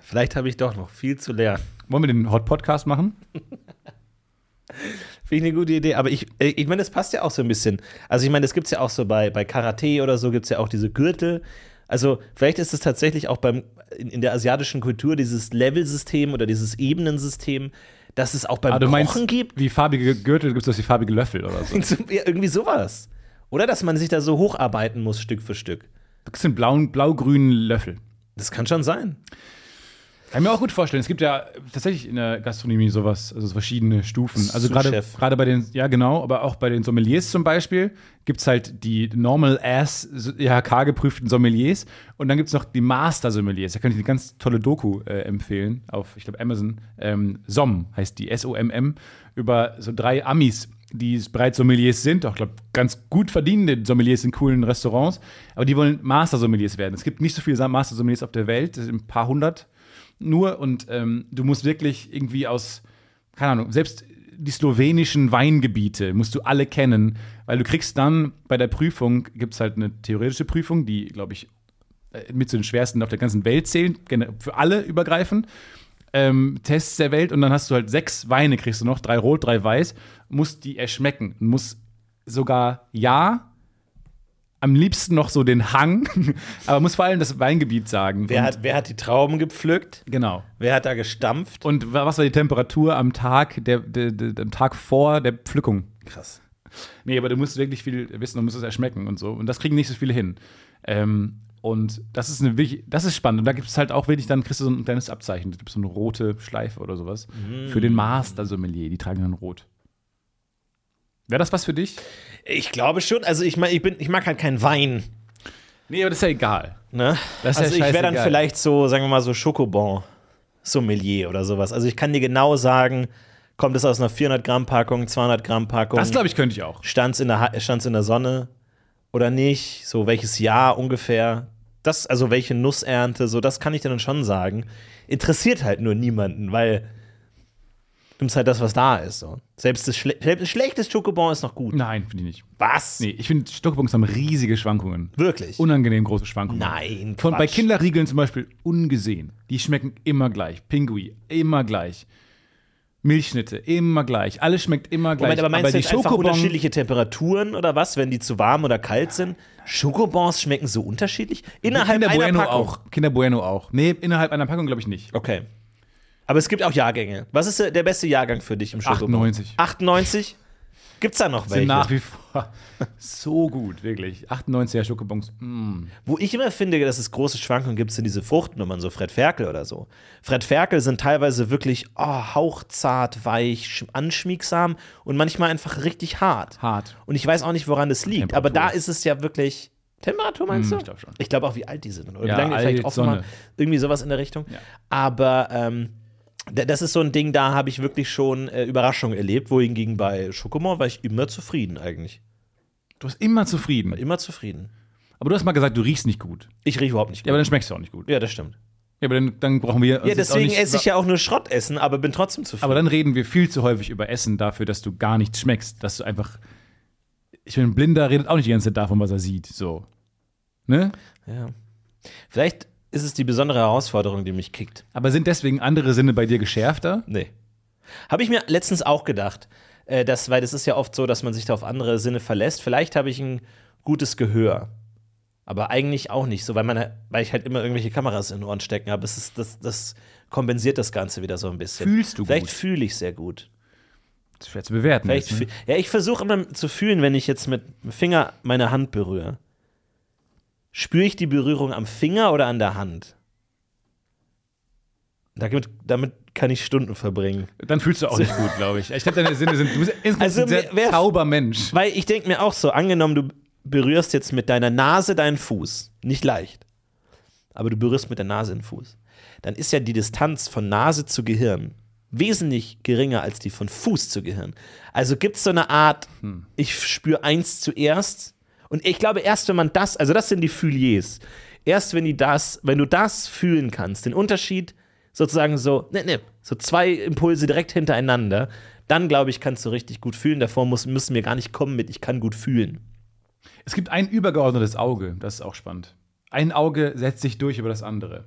B: Vielleicht habe ich doch noch viel zu lernen.
C: Wollen wir den Hot-Podcast machen?
B: Finde ich eine gute Idee, aber ich, äh, ich meine, das passt ja auch so ein bisschen. Also ich meine, das gibt es ja auch so bei, bei Karate oder so, gibt es ja auch diese Gürtel. Also vielleicht ist es tatsächlich auch beim, in, in der asiatischen Kultur dieses Level-System oder dieses Ebenensystem, dass es auch beim
C: Ah, du meinst,
B: Kochen gibt.
C: wie farbige Gürtel gibt es wie farbige Löffel oder so.
B: Ja, Irgendwie sowas. Oder dass man sich da so hocharbeiten muss, Stück für Stück.
C: Du kriegst einen blauen, blau-grünen Löffel.
B: Das kann schon sein.
C: Kann ich mir auch gut vorstellen. Es gibt ja tatsächlich in der Gastronomie sowas, also so verschiedene Stufen. Also
B: Sous
C: gerade
B: Chef.
C: gerade bei den, ja genau, aber auch bei den Sommeliers zum Beispiel gibt es halt die Normal-Ass IHK-geprüften Sommeliers und dann gibt es noch die Master-Sommeliers. Da kann ich eine ganz tolle Doku äh, empfehlen auf, ich glaube, Amazon. Ähm, SOM heißt die, S-O-M-M, über so drei Amis, die bereits Sommeliers sind, auch, glaube ganz gut verdienende Sommeliers in coolen Restaurants, aber die wollen Master-Sommeliers werden. Es gibt nicht so viele Master-Sommeliers auf der Welt, das sind ein paar hundert nur und ähm, du musst wirklich irgendwie aus, keine Ahnung, selbst die slowenischen Weingebiete musst du alle kennen, weil du kriegst dann bei der Prüfung, gibt es halt eine theoretische Prüfung, die, glaube ich, äh, mit zu den schwersten auf der ganzen Welt zählen, gene- für alle übergreifend. Ähm, Tests der Welt und dann hast du halt sechs Weine, kriegst du noch, drei rot, drei weiß, musst die erschmecken. Muss sogar ja, am liebsten noch so den Hang, aber muss vor allem das Weingebiet sagen.
B: Wer
C: und,
B: hat, wer hat die Trauben gepflückt?
C: genau.
B: Wer hat da gestampft?
C: Und wa- was war die Temperatur am Tag, der, der, der, am Tag vor der Pflückung?
B: Krass.
C: Nee, aber du musst wirklich viel wissen und musst es erschmecken und so. Und das kriegen nicht so viele hin. Ähm, und das ist eine wirklich, das ist spannend. Und da gibt es halt auch wirklich, dann kriegst du so ein kleines Abzeichen. Da gibt es so eine rote Schleife oder sowas. Für den Master Sommelier, die tragen dann rot. Wäre das was für dich?
B: Ich glaube schon. Also ich, mein, ich, bin, ich mag halt keinen Wein.
C: Nee, aber das ist ja egal.
B: Ne?
C: Das ist
B: also
C: ja
B: ich wäre dann
C: scheißegal.
B: vielleicht so, sagen wir mal, so Schokobon Sommelier oder sowas. Also ich kann dir genau sagen, kommt es aus einer 400 Gramm Packung, 200 Gramm Packung,
C: Das, glaube ich, könnte ich auch.
B: stand es in, der Ha- stand's in der Sonne oder nicht, so welches Jahr ungefähr. Das, also welche Nussernte, so das kann ich dir dann schon sagen. Interessiert halt nur niemanden, weil nimmst halt das, was da ist. So. Selbst das, Schle selbst das schlechteste Schokobon ist noch gut.
C: Nein, finde ich nicht.
B: Was?
C: Nee, ich finde, Stockbons haben riesige Schwankungen.
B: Wirklich?
C: Unangenehm große Schwankungen.
B: Nein,
C: Von bei
B: Quatsch.
C: Kinderriegeln zum Beispiel ungesehen. Die schmecken immer gleich. Pinguin immer gleich. Milchschnitte immer gleich. Alles schmeckt immer gleich.
B: Moment, aber meinst du
C: die
B: jetzt einfach
C: Schokobon-
B: unterschiedliche Temperaturen oder was, wenn die zu warm oder kalt sind? Schokobons schmecken so unterschiedlich? Innerhalb
C: Kinder
B: einer
C: Bueno
B: Packung?
C: auch. Kinder Bueno auch. Nee, innerhalb einer Packung glaube ich nicht.
B: Okay. Aber es gibt auch Jahrgänge. Was ist der der beste Jahrgang für dich im Schokobon?
C: 98.
B: 98? Gibt's da noch
C: Sind nach
B: welche?
C: wie vor so gut, wirklich. 98er Schokobons. Mm.
B: Wo ich immer finde, dass es große Schwankungen gibt, sind diese Fruchtnummern, so Fred Ferkel oder so. Fred Ferkel sind teilweise wirklich oh, hauchzart, weich, sch- anschmiegsam und manchmal einfach richtig hart.
C: Hart.
B: Und ich weiß auch nicht, woran es liegt. Aber
C: Temperatur.
B: da ist es ja wirklich. Temperatur meinst
C: Hm,
B: du?
C: ich glaub schon.
B: Ich glaube auch, wie alt die sind. Oder
C: Ja,
B: wie lange die vielleicht
C: alt,
B: offen waren.
C: Sonne.
B: Irgendwie sowas in der Richtung.
C: Ja.
B: Aber ähm, da- das ist so ein Ding, da habe ich wirklich schon äh, Überraschungen erlebt. Wohingegen bei Schokomon war ich immer zufrieden eigentlich.
C: Du bist immer zufrieden.
B: Immer zufrieden.
C: Aber du hast mal gesagt, du riechst nicht gut.
B: Ich rieche überhaupt nicht
C: Ja, aber
B: gut.
C: dann schmeckst du auch nicht gut.
B: Ja, das stimmt.
C: Ja, aber dann, dann brauchen wir. uns
B: Ja,
C: jetzt auch
B: deswegen
C: nicht
B: esse ich
C: über-
B: ja auch nur Schrottessen, aber bin trotzdem zufrieden.
C: Aber dann reden wir viel zu häufig über Essen dafür, dass du gar nichts schmeckst. Dass du einfach. Ich bin ein Blinder, redet auch nicht die ganze Zeit davon, was er sieht. So. Ne?
B: ja. Vielleicht ist es die besondere Herausforderung, die mich kickt.
C: Aber sind deswegen andere Sinne bei dir geschärfter?
B: Nee. Habe ich mir letztens auch gedacht, äh, dass, weil das ist ja oft so, dass man sich da auf andere Sinne verlässt. Vielleicht habe ich ein gutes Gehör. Aber eigentlich auch nicht so, weil, man, weil ich halt immer irgendwelche Kameras in den Ohren stecken habe. Es ist, das, das kompensiert das Ganze wieder so ein bisschen.
C: Fühlst du
B: Vielleicht
C: gut?
B: fühle ich sehr gut.
C: Das ist schwer zu bewerten.
B: Vielleicht
C: jetzt, ne?
B: fühl- Ja, ich versuche immer zu fühlen, wenn ich jetzt mit dem Finger meine Hand berühre. Spüre ich die Berührung am Finger oder an der Hand? Damit, damit kann ich Stunden verbringen.
C: Dann fühlst du auch nicht gut, glaube ich. Ich glaube, deine Sinne sind. Du bist insgesamt
B: Also,
C: ein sehr
B: mir- wer-
C: tauber Mensch.
B: Weil ich denke mir auch so, angenommen, du berührst jetzt mit deiner Nase deinen Fuß. Nicht leicht. Aber du berührst mit der Nase den Fuß. Dann ist ja die Distanz von Nase zu Gehirn wesentlich geringer als die von Fuß zu Gehirn. Also gibt es so eine Art, ich spüre eins zuerst. Und ich glaube, erst wenn man das, also das sind die Füliers. Erst wenn die das, wenn du das fühlen kannst, den Unterschied sozusagen so, ne, ne, so zwei Impulse direkt hintereinander, dann glaube ich, kannst du richtig gut fühlen. Davor muss, müssen wir gar nicht kommen mit, ich kann gut fühlen.
C: Es gibt ein übergeordnetes Auge, das ist auch spannend. Ein Auge setzt sich durch über das andere.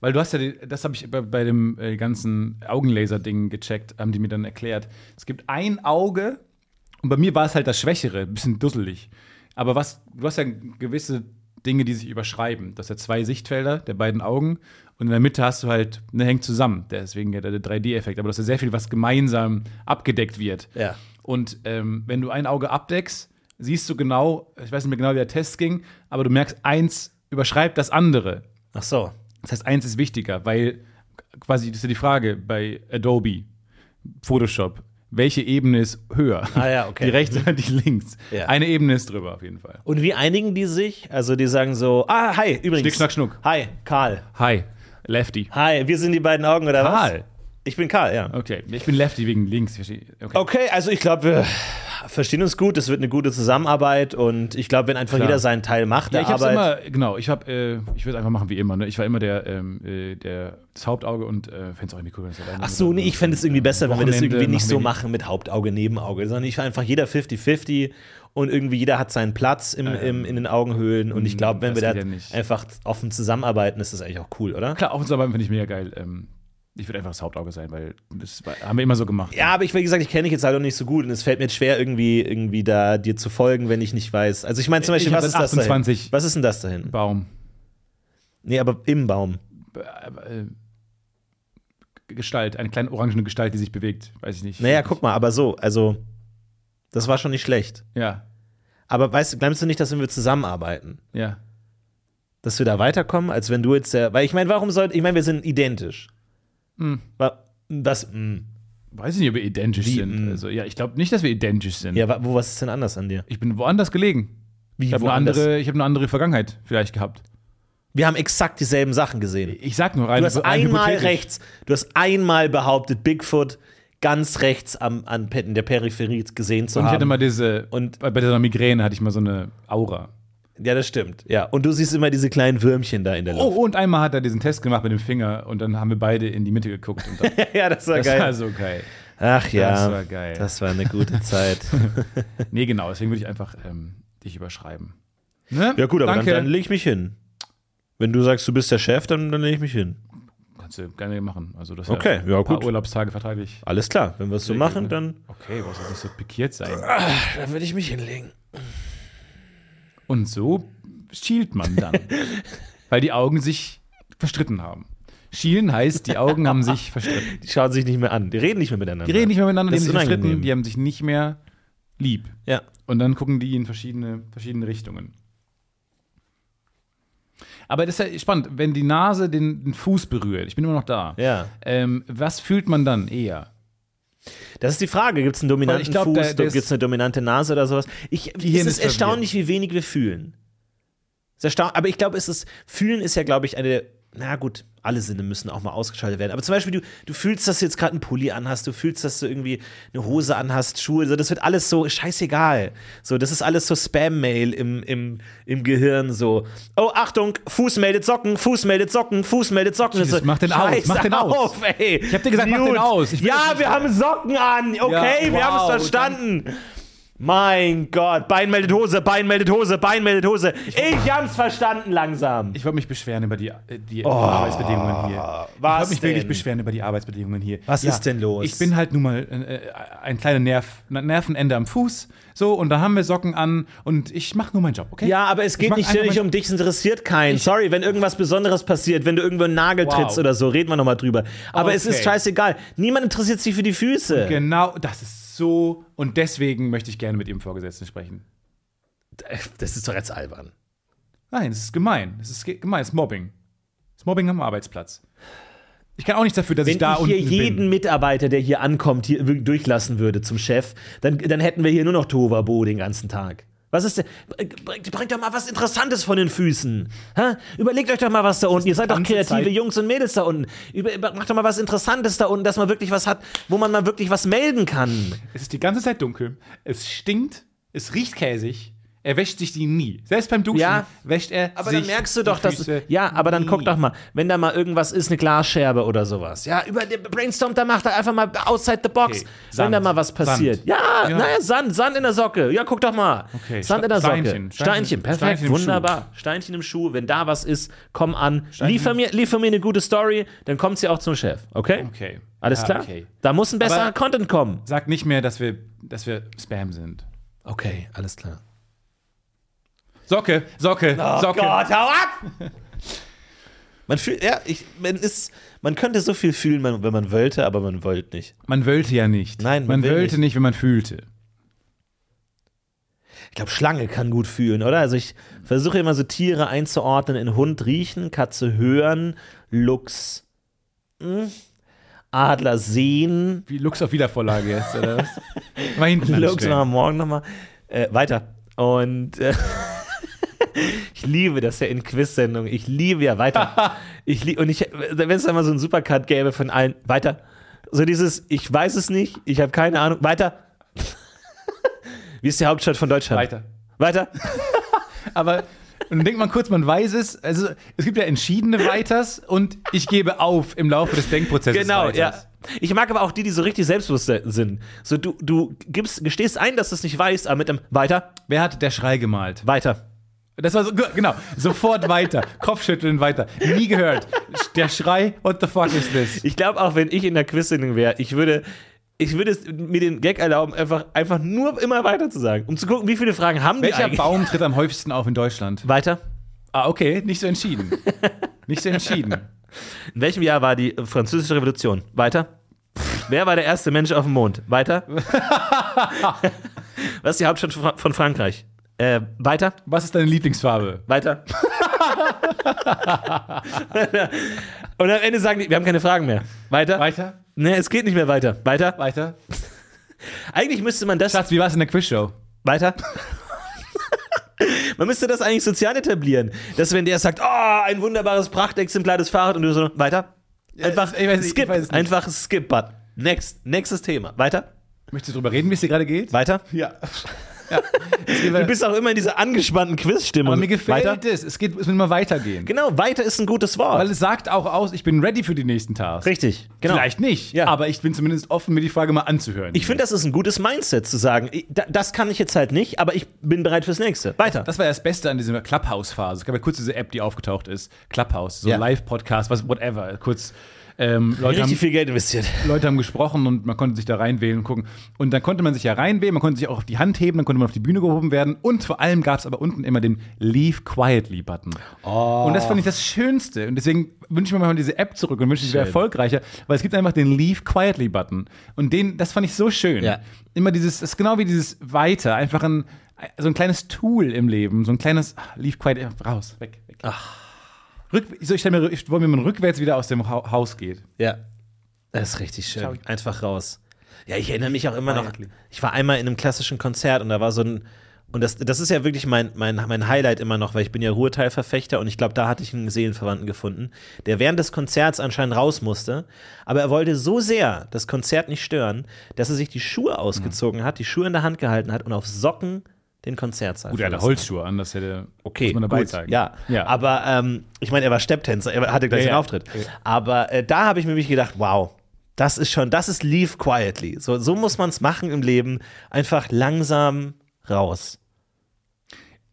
C: Weil du hast ja, die, das habe ich bei, bei dem äh, ganzen Augenlaser-Ding gecheckt, haben die mir dann erklärt. Es gibt ein Auge und bei mir war es halt das Schwächere, ein bisschen dusselig. Aber was, du hast ja gewisse Dinge, die sich überschreiben. Du hast ja zwei Sichtfelder der beiden Augen und in der Mitte hast du halt, ne, hängt zusammen. Deswegen ja der 3D-Effekt. Aber du hast ja sehr viel, was gemeinsam abgedeckt wird.
B: Ja.
C: Und ähm, wenn du ein Auge abdeckst, siehst du genau, ich weiß nicht mehr genau, wie der Test ging, aber du merkst, eins überschreibt das andere.
B: Ach so.
C: Das heißt, eins ist wichtiger, weil quasi, das ist ja die Frage bei Adobe, Photoshop, welche Ebene ist höher?
B: Ah ja, okay.
C: Die rechts oder die links?
B: Ja.
C: Eine Ebene ist drüber auf jeden Fall.
B: Und wie einigen die sich? Also die sagen so, ah, hi, übrigens.
C: Schnick, schnack, schnuck.
B: Hi, Karl.
C: Hi, Lefty.
B: Hi, wir sind die beiden Augen, oder was?
C: Karl.
B: Ich bin Karl, ja.
C: Okay, ich bin Lefty wegen links. verstehe. Okay.
B: Okay, also ich glaube, wir verstehen uns gut, es wird eine gute Zusammenarbeit und ich glaube, wenn einfach
C: Klar.
B: jeder seinen Teil macht, der
C: Ja, ich hab's
B: Arbeit.
C: immer, genau, ich hab, äh, ich würde einfach machen wie immer, ne? Ich war immer der, ähm, äh, der das Hauptauge und äh, fänd's auch irgendwie cool, wenn es alleine
B: Ach so,
C: wird.
B: nee, ich fände es irgendwie besser, wenn wir das
C: Wochenende
B: irgendwie nicht
C: machen
B: so
C: wir die-
B: machen mit Hauptauge, Nebenauge, sondern ich einfach jeder 50-50 und irgendwie jeder hat seinen Platz im, im, in den Augenhöhlen und ich glaube, wenn
C: Hm, das
B: wir da
C: geht ja nicht.
B: einfach offen zusammenarbeiten, ist das eigentlich auch cool, oder?
C: Klar, Offensichtlich finde ich mega geil. Ähm, ich würde einfach das Hauptauge sein, weil das war, haben wir immer so gemacht.
B: Ja, aber ich, wie gesagt, ich kenne dich jetzt halt auch nicht so gut und es fällt mir jetzt schwer, irgendwie, irgendwie da dir zu folgen, wenn ich nicht weiß. Also ich meine zum
C: Ich
B: Beispiel,
C: hab
B: was
C: dann
B: ist das da hinten?
C: 28.
B: Was ist denn das da hinten?
C: Baum.
B: Nee, aber im Baum.
C: Äh, Gestalt, eine kleine orangene Gestalt, die sich bewegt, weiß ich nicht.
B: Naja, guck mal, aber so, also das war schon nicht schlecht.
C: Ja,
B: Aber weißt, du, glaubst du nicht, dass wenn wir zusammenarbeiten,
C: ja.
B: dass wir da weiterkommen, als wenn du jetzt der. Weil ich meine, warum sollte. Ich meine, wir sind identisch.
C: Hm.
B: Wa- Was? mm.
C: Weiß ich nicht, ob wir identisch
B: Wie,
C: sind.
B: mm.
C: Also, ja, ich glaube nicht, dass wir identisch sind.
B: Ja, wa- wo was ist denn anders an dir?
C: Ich bin woanders gelegen.
B: Wie
C: Ich habe eine,
B: woanders?
C: andere- ich hab eine andere Vergangenheit vielleicht gehabt.
B: Wir haben exakt dieselben Sachen gesehen.
C: Ich sag nur rein.
B: Du hast
C: rein
B: einmal
C: hypothetisch.
B: rechts, du hast einmal behauptet, Bigfoot ganz rechts am, an, Pe- in der Peripherie gesehen zu
C: Und ich hatte
B: haben.
C: mal diese.
B: Und-
C: bei dieser Migräne hatte ich mal so eine Aura.
B: ja, das stimmt. Ja. Und du siehst immer diese kleinen Würmchen da in der
C: Oh,
B: Luft.
C: und einmal hat er diesen Test gemacht mit dem Finger und dann haben wir beide in die Mitte geguckt. Und dann,
B: ja, das war
C: Oh, das
B: geil.
C: war so geil.
B: Ach ja.
C: Das war geil.
B: Das war eine gute Zeit.
C: Nee, genau, deswegen würde ich einfach ähm, dich überschreiben. Ne?
B: ja, gut, aber dann,
C: Danke.
B: dann leg ich mich hin. Wenn du sagst, du bist der Chef, dann, dann leg ich mich hin.
C: Kannst du gerne machen. Also das
B: Okay,
C: ist
B: ja,
C: ein paar
B: gut.
C: Urlaubstage verteile ich.
B: Alles klar, wenn wir es so machen, dann.
C: Okay, du brauchst jetzt nicht so pikiert sein.
B: Dann würde ich mich hinlegen.
C: Und so schielt man dann. weil die Augen sich verstritten haben. Schielen heißt, die Augen haben sich verstritten.
B: Die schauen sich nicht mehr an. Die reden nicht mehr miteinander.
C: Die reden nicht mehr miteinander, die
B: Das
C: haben
B: ist
C: sich verstritten,
B: unangenehm.
C: die haben sich nicht mehr lieb.
B: Ja.
C: Und dann gucken die in verschiedene, verschiedene Richtungen. Aber das ist ja spannend, wenn die Nase den, den Fuß berührt, ich bin immer noch da,
B: Ja.
C: ähm, was fühlt man dann eher?
B: Das ist die Frage. Gibt es einen dominanten
C: Weil ich glaub, der-
B: Fuß?
C: der
B: Gibt es
C: ist-
B: eine dominante Nase oder sowas? Ich, es
C: Hirn
B: ist
C: ist
B: erstaunlich, wie wenig wir fühlen. Es ist erstaun- Aber ich glaube, es ist, fühlen ist ja, glaube ich, eine der, na gut, alle Sinne müssen auch mal ausgeschaltet werden. Aber zum Beispiel, du, du fühlst, dass du jetzt gerade einen Pulli anhast, du fühlst, dass du irgendwie eine Hose anhast, Schuhe, so, das wird alles so, scheißegal. So, das ist alles so Spam-Mail im, im, im Gehirn, so. Oh, Achtung, Fuß meldet Socken, Fuß meldet Socken, Fuß meldet Socken.
C: Jesus,
B: so,
C: mach den aus,
B: scheiß
C: mach den aus.
B: Auf, ey. Ich
C: hab dir gesagt, mach den aus. Ich will das
B: Ja,
C: nicht
B: wir haben Socken an, okay, wir haben
C: wow,
B: es verstanden. Mein Gott, Bein meldet Hose, Bein meldet Hose, Bein meldet Hose. Ich hab's verstanden langsam.
C: Ich wollte mich beschweren über die, äh, die Arbeitsbedingungen hier. ich
B: Oh. was
C: wollte mich wirklich
B: denn?
C: beschweren über die Arbeitsbedingungen hier.
B: Was ist denn los?
C: Ich bin halt nun mal äh, ein kleiner Nerv, Nervenende am Fuß, so, und da haben wir Socken an und ich mache nur meinen Job, okay?
B: Ja, aber es
C: Ich
B: geht
C: mach
B: nicht,
C: einfach
B: nicht
C: mein-
B: um dich, es interessiert keinen. Sorry, wenn irgendwas Besonderes passiert, wenn du irgendwo einen Nagel
C: Wow.
B: trittst oder so, reden wir nochmal drüber. Aber es ist
C: Okay.
B: scheißegal. Niemand interessiert sich für die Füße.
C: Genau, das ist so. Und deswegen möchte ich gerne mit Ihrem Vorgesetzten sprechen.
B: Das ist doch jetzt albern.
C: Nein, es ist gemein. Es ist ge- gemein, es ist Mobbing. Es ist Mobbing am Arbeitsplatz. Ich kann auch nichts dafür, dass
B: Wenn
C: ich da
B: ich hier
C: unten
B: jeden
C: bin.
B: Mitarbeiter, der hier ankommt, hier wirklich durchlassen würde zum Chef, dann, dann hätten wir hier nur noch Tovabo den ganzen Tag. Was ist denn? Bringt, bringt doch mal was Interessantes von den Füßen. Hä? Überlegt euch doch mal was da unten. Ihr seid doch
C: ganze
B: kreative
C: Zeit-
B: Jungs und Mädels da unten. Über, über- macht doch mal was Interessantes da unten, dass man wirklich was hat, wo man mal wirklich was melden kann.
C: Es ist die ganze Zeit dunkel. Es stinkt. Es riecht käsig. Er wäscht sich die nie. Selbst beim Duschen
B: Ja.
C: wäscht er
B: Aber
C: sich
B: dann merkst du
C: die
B: doch, dass.
C: Füße Mm.
B: Ja, aber dann
C: nie.
B: guck doch mal, wenn da mal irgendwas ist, eine Glasscherbe oder sowas. Ja, über brainstormt, da macht er einfach mal outside the box,
C: Okay,
B: wenn
C: Sand.
B: da mal was passiert.
C: Sand.
B: Ja,
C: Ja.
B: naja, Sand, Sand in der Socke. Ja, guck doch mal.
C: Okay,
B: Sand in der
C: Ste-
B: Socke. Steinchen,
C: Steinchen, Steinchen,
B: perfekt,
C: Steinchen im
B: wunderbar. Steinchen im Schuh, wenn da was ist, komm an. Liefer mir, liefer mir eine gute Story, dann kommt sie auch zum Chef, okay?
C: Okay.
B: Alles
C: Ja,
B: klar?
C: Okay.
B: Da muss ein besserer
C: Aber-
B: Content kommen.
C: Sag nicht mehr, dass wir, dass wir Spam sind.
B: Okay, alles klar.
C: Socke, Socke,
B: Oh
C: Socke.
B: hau ab! Man fühlt, ja, ich, man ist, man könnte so viel fühlen, man- wenn man wollte, aber man wollte nicht.
C: Man wollte ja nicht.
B: Nein,
C: man,
B: man will
C: wollte nicht.
B: nicht.
C: wenn man fühlte.
B: Ich glaube, Schlange kann gut fühlen, oder? Also ich versuche immer so Tiere einzuordnen in Hund riechen, Katze hören, Luchs hm, Adler sehen,
C: Wie Lux auf Wiedervorlage jetzt, oder was? Mal hinten
B: Luchs machen wir
C: anstellen.
B: morgen nochmal. Äh, weiter. Und äh, ich liebe das ja in Quiz-Sendungen. Ich liebe ja weiter. ich lieb, und ich, wenn es da mal so einen Supercard gäbe von allen, weiter. So dieses, ich weiß es nicht, ich habe keine Ahnung, weiter. Wie ist die Hauptstadt von Deutschland?
C: Weiter.
B: Weiter?
C: Aber und dann denkt man kurz, man weiß es. Also es gibt ja entschiedene Weiters und ich gebe auf im Laufe des Denkprozesses.
B: Genau,
C: Weiters.
B: ja. Ich mag aber auch die, die so richtig selbstbewusst sind. So, du, du gibst, gestehst ein, dass du es nicht weißt, aber mit einem Weiter,
C: Wer hat der Schrei gemalt?
B: weiter.
C: Das war so, ge- genau, sofort weiter, Kopfschütteln weiter. Nie gehört. Der Schrei, what the fuck is this?
B: Ich glaube auch, wenn ich in der Quizsendung wäre, ich würde, ich würde es mir den Gag erlauben, einfach, einfach nur immer weiter zu sagen, um zu gucken, wie viele Fragen haben die
C: Welcher
B: eigentlich.
C: Baum tritt am häufigsten auf in Deutschland?
B: Weiter.
C: Ah, okay, nicht so entschieden. Nicht so entschieden.
B: In welchem Jahr war die Französische Revolution? Weiter. Wer war der erste Mensch auf dem Mond? Weiter. Was ist die Hauptstadt von Fra- von Frankreich? Äh, weiter,
C: Was ist deine Lieblingsfarbe?
B: weiter. Und am Ende sagen die, wir haben keine Fragen mehr. Weiter.
C: Weiter,
B: Nee, es geht nicht mehr weiter. Weiter.
C: weiter.
B: Eigentlich müsste man das
C: Schatz, wie war es in der Quizshow?
B: Weiter. Man müsste das eigentlich sozial etablieren, dass wenn der sagt, oh, ein wunderbares Prachtexemplar des Fahrrad und du so, weiter. Einfach
C: ich weiß nicht, ich
B: skip,
C: weiß es nicht.
B: einfach skip button. Next, nächstes Thema. Weiter,
C: Möchtest du drüber reden, wie es dir gerade geht?
B: weiter.
C: Ja.
B: Du bist auch immer in dieser angespannten Quizstimmung.
C: Aber mir gefällt
B: Also weiter.
C: es. Es, geht, es muss immer weitergehen.
B: Genau, weiter ist ein gutes Wort.
C: Weil es sagt auch aus, ich bin ready für die nächsten Tasks.
B: Richtig, genau.
C: Vielleicht nicht,
B: Ja.
C: aber ich bin zumindest offen, mir die Frage mal anzuhören.
B: Ich finde, das ist ein gutes Mindset zu sagen, ich- da- das kann ich jetzt halt nicht, aber ich bin bereit fürs nächste. Weiter.
C: das war ja das Beste an dieser Clubhouse-Phase. Es gab ja kurz diese App, die aufgetaucht ist. Clubhouse, so
B: Ja.
C: Live-Podcast, was, whatever. Kurz, ähm, Leute,
B: Richtig
C: haben,
B: viel Geld investiert.
C: Leute haben gesprochen und man konnte sich da reinwählen und gucken. Und dann konnte man sich ja reinwählen, man konnte sich auch auf die Hand heben, dann konnte man auf die Bühne gehoben werden. Und vor allem gab es aber unten immer den Leave Quietly-Button.
B: Oh.
C: Und das fand ich das Schönste. Und deswegen wünsche ich mir manchmal diese App zurück und wünsche ich, sie wäre
B: Schön.
C: erfolgreicher, weil es gibt einfach den Leave Quietly-Button. Und den, das fand ich so schön.
B: Ja.
C: Immer dieses, das ist genau wie dieses Weiter, einfach ein, so ein kleines Tool im Leben, so ein kleines ah, Leave Quietly, raus, weg, weg. Rück, so, ich stell mir, ich wollte mir mal rückwärts wieder aus dem Hau- Haus geht.
B: Ja. Das ist richtig schön.
C: Ciao.
B: Einfach raus. Ja, ich erinnere mich auch immer noch.
C: Quietly.
B: Ich war einmal in einem klassischen Konzert und da war so ein. Und das, das ist ja wirklich mein, mein, mein Highlight immer noch, weil ich bin ja Ruheteilverfechter und ich glaube, da hatte ich einen Seelenverwandten gefunden, der während des Konzerts anscheinend raus musste. Aber er wollte so sehr das Konzert nicht stören, dass er sich die Schuhe ausgezogen hat, die Schuhe in der Hand gehalten hat und auf Socken den Konzertsaal
C: Gut, er hatte
B: verlassen hat.
C: Holzschuhe an, das hätte
B: Okay,
C: muss man dabei
B: gut,
C: zeigen.
B: Ja.
C: ja.
B: aber ähm, ich meine, er war Stepptänzer, er hatte gleich
C: Ja,
B: einen
C: ja.
B: Auftritt. Aber äh, da habe ich mir wirklich gedacht, wow, das ist schon, das ist Leave Quietly. So, so muss man es machen im Leben, einfach langsam raus.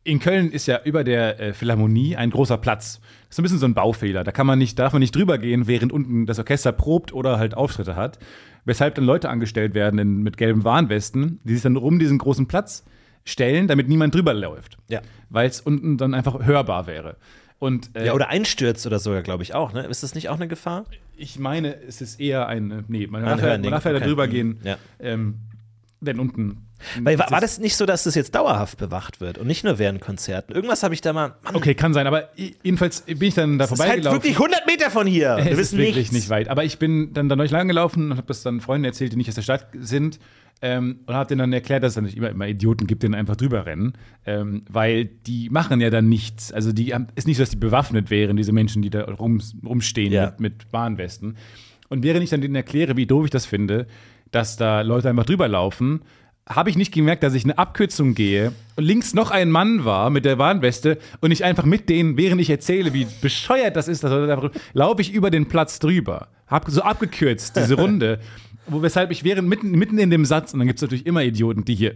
C: in Köln ist ja über der äh, Philharmonie ein großer Platz. Das ist so ein bisschen so ein Baufehler. Da kann man nicht, darf man nicht drüber gehen, während unten das Orchester probt oder halt Auftritte hat. Weshalb dann Leute angestellt werden in, mit gelben Warnwesten, die sich dann um diesen großen Platz stellen, damit niemand drüber läuft.
B: Ja.
C: Weil es unten dann einfach hörbar wäre. Und äh,
B: Ja, oder einstürzt oder sogar, glaube ich auch. Ne? Ist das nicht auch eine Gefahr?
C: ich meine, es ist eher ein. äh, Nee, man darf, ja- man
B: Hörding,
C: darf ja da
B: okay. Mhm.
C: drüber gehen,
B: Ja.
C: ähm, wenn unten.
B: Weil war, war das nicht so, dass das jetzt dauerhaft bewacht wird und nicht nur während Konzerten? Irgendwas habe ich da mal. Mann,
C: Okay, kann sein, aber i- jedenfalls bin ich dann da
B: das ist halt
C: vorbeigelaufen.
B: wirklich 100 Meter von hier. Wir
C: Es
B: wissen
C: ist wirklich
B: nichts.
C: nicht weit. Aber ich bin dann da neulich langgelaufen und habe das dann Freunden erzählt, die nicht aus der Stadt sind. Ähm, und habe denen dann erklärt, dass es natürlich immer, immer Idioten gibt, die dann einfach drüber rennen. Ähm, weil die machen ja dann nichts. Also die haben, ist nicht so, dass die bewaffnet wären, diese Menschen, die da rum, rumstehen
B: Ja.
C: mit, mit Warnwesten. Und während ich dann denen erkläre, wie doof ich das finde, dass da Leute einfach drüber laufen, habe ich nicht gemerkt, dass ich eine Abkürzung gehe und links noch ein Mann war mit der Warnweste und ich einfach mit denen, während ich erzähle, wie bescheuert das ist, dass Leute einfach- laufe ich über den Platz drüber. Hab so abgekürzt diese Runde, wo weshalb ich während mitten, mitten in dem Satz, und dann gibt es natürlich immer Idioten, die hier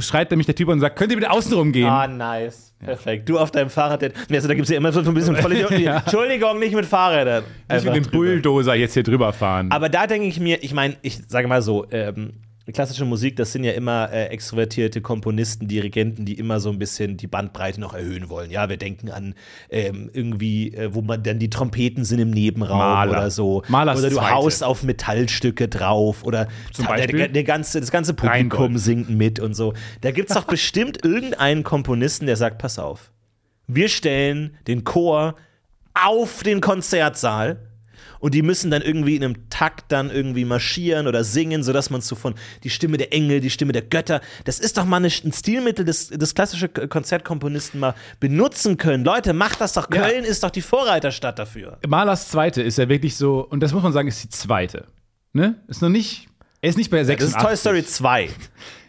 C: schreit nämlich der Typ und sagt, könnt ihr bitte außen rumgehen?
B: Ah, nice. Perfekt. Du auf deinem Fahrrad. der- Nee, Also, da gibt es ja immer so ein bisschen voll
C: Ja.
B: Entschuldigung, nicht mit Fahrrädern.
C: ich will
B: Einfach
C: den
B: drüber.
C: Bulldozer jetzt hier drüber fahren.
B: Aber da denke ich mir, ich meine, ich sage mal so, ähm, klassische Musik, das sind ja immer äh, extrovertierte Komponisten, Dirigenten, die immer so ein bisschen die Bandbreite noch erhöhen wollen. Ja, wir denken an ähm, irgendwie, äh, wo man dann die Trompeten sind im Nebenraum
C: Maler.
B: oder so.
C: Malers
B: oder du
C: Zweite.
B: haust auf Metallstücke drauf oder
C: Zum
B: ta- der-
C: Beispiel?
B: der ganze, das ganze Publikum
C: Rheingold.
B: singt mit und so. Da gibt es doch bestimmt irgendeinen Komponisten, der sagt, pass auf, wir stellen den Chor auf den Konzertsaal und die müssen dann irgendwie in einem Takt dann irgendwie marschieren oder singen, sodass man so von die Stimme der Engel, die Stimme der Götter, das ist doch mal eine, ein Stilmittel, das, das klassische K- Konzertkomponisten mal benutzen können. Leute, macht das doch.
C: Ja.
B: Köln ist doch die Vorreiterstadt dafür.
C: Malers zweite ist ja wirklich so, und das muss man sagen, ist die zweite. Ne? Ist noch nicht Er ist nicht bei
B: Das
C: 86.
B: ist Toy Story 2.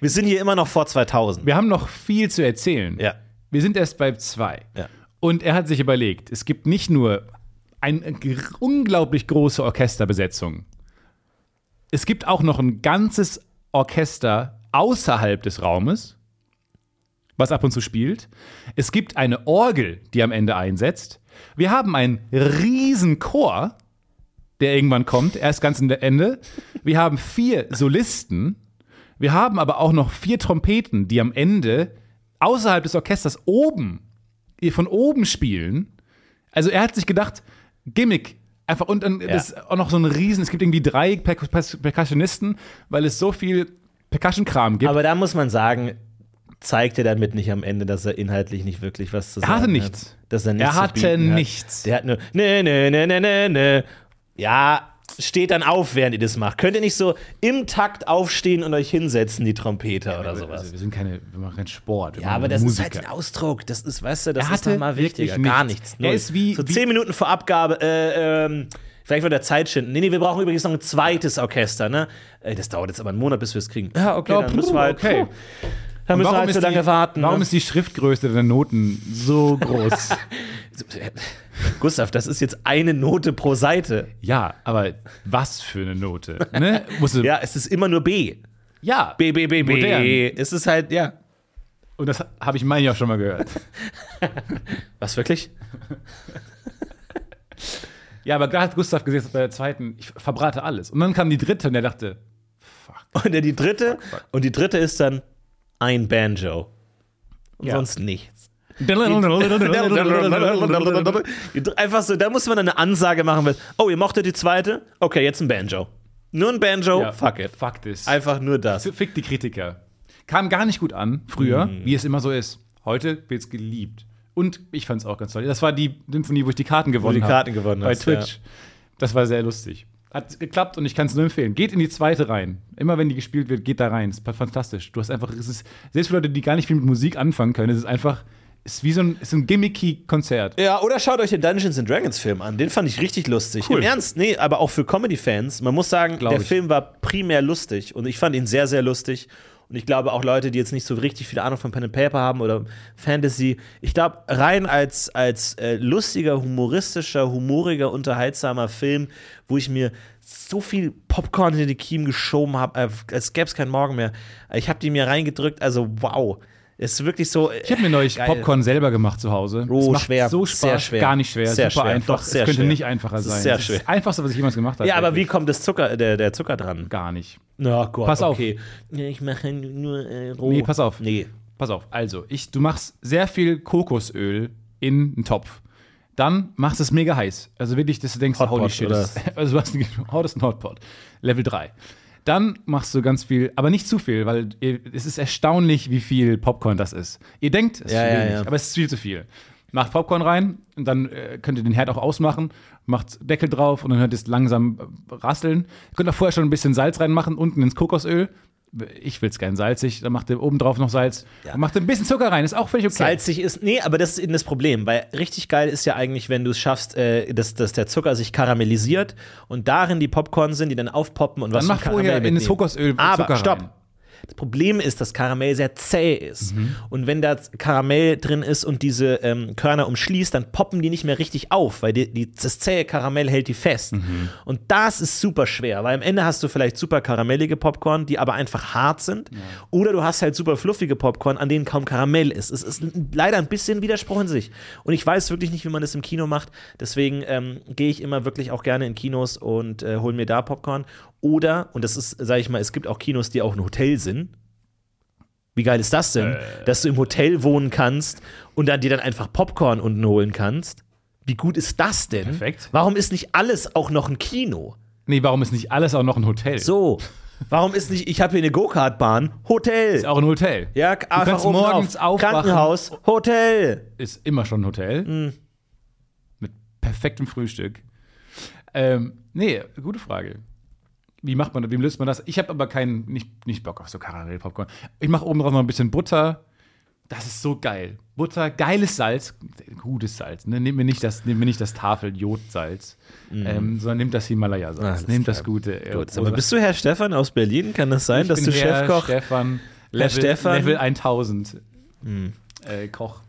B: Wir sind hier immer noch vor 2000.
C: Wir haben noch viel zu erzählen.
B: Ja.
C: Wir sind erst bei zwei.
B: Ja.
C: Und er hat sich überlegt, es gibt nicht nur eine g- unglaublich große Orchesterbesetzung. Es gibt auch noch ein ganzes Orchester außerhalb des Raumes, was ab und zu spielt. Es gibt eine Orgel, die am Ende einsetzt. Wir haben einen riesen Chor, der irgendwann kommt, erst ganz am Ende. Wir haben vier Solisten. Wir haben aber auch noch vier Trompeten, die am Ende außerhalb des Orchesters oben, eh, von oben spielen. Also er hat sich gedacht, Gimmick. Einfach und dann das ist auch noch so ein Riesen. Es gibt irgendwie drei per per Percussionisten, weil es so viel Percussion-Kram gibt.
B: Aber da muss man sagen, zeigt er damit nicht am Ende, dass er inhaltlich nicht wirklich was zu sagen
C: hatte
B: hat.
C: nichts.
B: Dass er nichts
C: Er
B: zu
C: hatte
B: bieten
C: nichts.
B: Hat. Der hat nur, ne, ne, ne, ne, ne, ne. Ja, steht dann auf, während ihr das macht. Könnt ihr nicht so im Takt aufstehen und euch hinsetzen, die Trompeter oder
C: also
B: sowas.
C: wir sind keine, wir machen keinen Sport. wir
B: Ja,
C: machen
B: aber das
C: Musiker.
B: ist halt ein Ausdruck. Das ist, weißt du, das
C: Er
B: ist
C: hatte
B: noch mal
C: wirklich
B: wichtiger. Gar
C: nichts.
B: nichts.
C: Er ist wie-
B: so
C: wie-
B: zehn Minuten vor Abgabe, äh, ähm, vielleicht wird der Zeit schinden. Nee, nee, wir brauchen übrigens noch ein zweites Orchester, ne? Ey, das dauert jetzt aber einen Monat, bis wir es kriegen. Ja, okay,
C: Ja,
B: dann
C: puh,
B: müssen wir halt,
C: okay.
B: puh, dann müssen wir halt
C: ist
B: so lange
C: die,
B: warten.
C: Warum
B: ne?
C: ist die Schriftgröße der Noten so groß?
B: Gustav, das ist jetzt eine Note pro Seite.
C: ja, aber was für eine Note? Ne? Musste,
B: Ja, es ist immer nur B.
C: ja.
B: B, B, B, B.
C: Modern.
B: Es ist halt, ja.
C: Und das habe ich meine ja auch schon mal gehört.
B: Was, wirklich?
C: ja, aber gerade hat Gustav gesagt bei der zweiten, ich verbrate alles. Und dann kam die dritte und er dachte,
B: Und dann die dritte. Und die dritte ist dann ein Banjo. Und
C: Ja.
B: sonst nichts.
C: ja,
B: Einfach so, da muss man eine Ansage machen. weil, Oh, ihr mochtet die zweite? Okay, jetzt ein Banjo. Nur ein Banjo, fuck it.
C: Fuck this.
B: Einfach nur das.
C: Fick die Kritiker. Kam gar nicht gut an, früher,
B: Mhm.
C: wie es immer so ist. Heute wird's geliebt. Und ich fand's auch ganz toll. Das war die Symphonie, wo ich die Karten gewonnen
B: die
C: habe.
B: Karten gewonnen
C: Bei
B: hast,
C: Twitch. Das war sehr lustig. Hat geklappt und ich kann's nur empfehlen. Geht in die zweite rein. Immer wenn die gespielt wird, geht da rein. Ist fantastisch. Du hast einfach, es ist, selbst für Leute, die gar nicht viel mit Musik anfangen können, es ist einfach, es ist wie so ein, es ist ein gimmicky Konzert.
B: Ja, oder schaut euch den Dungeons and Dragons Film an. Den fand ich richtig lustig.
C: Cool.
B: Im Ernst, nee, aber auch für Comedy-Fans. Man muss sagen,
C: Glaub
B: der
C: ich.
B: Film war primär lustig und ich fand ihn sehr, sehr lustig. Und ich glaube auch Leute, die jetzt nicht so richtig viel Ahnung von Pen and Paper haben oder Fantasy, ich glaube, rein als, als äh, lustiger, humoristischer, humoriger, unterhaltsamer Film, wo ich mir so viel Popcorn in die Kiemen geschoben habe, äh, als gäbe es keinen Morgen mehr. Ich habe die mir reingedrückt, also wow. Ist wirklich so. äh,
C: Ich habe mir neulich
B: Geil.
C: Popcorn selber gemacht zu Hause.
B: Oh,
C: es macht
B: schwer.
C: so Spaß.
B: Sehr schwer.
C: Gar nicht schwer.
B: Sehr
C: super
B: schwer.
C: einfach.
B: Doch, sehr
C: es könnte
B: schwer.
C: nicht einfacher
B: Es ist
C: sein.
B: sehr
C: Es ist
B: schwer.
C: das Einfachste, was ich jemals gemacht habe.
B: Ja, aber wie
C: eigentlich.
B: kommt das Zucker, äh, der, der Zucker dran?
C: Gar nicht.
B: Na Gott,
C: Pass auf.
B: okay. Nee, ich mache nur äh, roh.
C: Nee, pass auf.
B: Nee.
C: Pass auf, also, ich, du machst sehr viel Kokosöl in einen Topf. Dann machst du es mega heiß. Also wirklich, dass du denkst,
B: Hotpot,
C: holy shit.
B: oder?
C: Das, also du hast einen hottest Hotpot. Level 3. Dann machst du ganz viel, aber nicht zu viel, weil ihr, es ist erstaunlich, wie viel Popcorn das ist. Ihr denkt, es ist
B: Ja,
C: zu
B: ja,
C: wenig,
B: ja.
C: aber es ist viel zu viel. Macht Popcorn rein und dann äh, könnt ihr den Herd auch ausmachen, macht Deckel drauf und dann hört ihr es langsam äh, rasseln. Ihr könnt auch vorher schon ein bisschen Salz reinmachen, unten ins Kokosöl. Ich will es gern salzig, dann macht ihr oben drauf noch Salz und macht ein bisschen Zucker rein, ist auch völlig okay.
B: Salzig ist. Nee, aber das ist eben das Problem, weil richtig geil ist ja eigentlich, wenn du es schaffst, äh, dass, dass der Zucker sich karamellisiert und darin die Popcorn sind, die dann aufpoppen und was
C: Dann
B: für ein
C: mach
B: Karamell
C: vorher in das
B: mitnehmen.
C: Kokosöl
B: Aber
C: Zucker
B: stopp.
C: rein.
B: Das Problem ist, dass Karamell sehr zäh ist.
C: Mhm.
B: Und wenn da Karamell drin ist und diese ähm, Körner umschließt, dann poppen die nicht mehr richtig auf, weil die, die, das zähe Karamell hält die fest.
C: Mhm.
B: Und das ist super schwer, weil am Ende hast du vielleicht super karamellige Popcorn, die aber einfach hart sind. Oder du hast halt super fluffige Popcorn, an denen kaum Karamell ist. Es ist n- leider ein bisschen Widerspruch in sich. Und ich weiß wirklich nicht, wie man das im Kino macht. Deswegen ähm, gehe ich immer wirklich auch gerne in Kinos und äh, hole mir da Popcorn. Oder, und das ist, sage ich mal, es gibt auch Kinos, die auch ein Hotel sind. Wie geil ist das denn, dass du im Hotel wohnen kannst und dann dir dann einfach Popcorn unten holen kannst? Wie gut ist das denn?
C: Perfekt.
B: Warum ist nicht alles auch noch ein Kino?
C: Nee, warum ist nicht alles auch noch ein Hotel?
B: So, warum ist nicht, ich habe hier eine Go-Kart-Bahn, Hotel.
C: Ist auch ein Hotel.
B: ja, einfach
C: kannst
B: oben
C: morgens
B: auf.
C: aufwachen.
B: Krankenhaus, Hotel.
C: ist immer schon ein Hotel.
B: Mhm.
C: Mit perfektem Frühstück. Ähm, nee, gute Frage. Wie macht man das? Wie löst man das? Ich habe aber keinen, nicht, nicht Bock auf so Karamellpopcorn. Ich mache oben drauf noch ein bisschen Butter, Das ist so geil. Butter, geiles Salz, gutes Salz. Ne? Nehmt mir nicht das, nehmt mir nicht das Tafel-Jodsalz, ähm, sondern nehmt das Himalaya-Salz.
B: Mhm. Alles
C: nehmt
B: klar.
C: das gute. Äh,
B: Gut, aber bist du Herr Stefan aus Berlin? Kann das sein,
C: ich
B: dass
C: bin
B: du
C: Herr
B: Chefkoch?
C: Stefan, Level,
B: Stefan? Mhm.
C: Level 1000. Äh, Koch.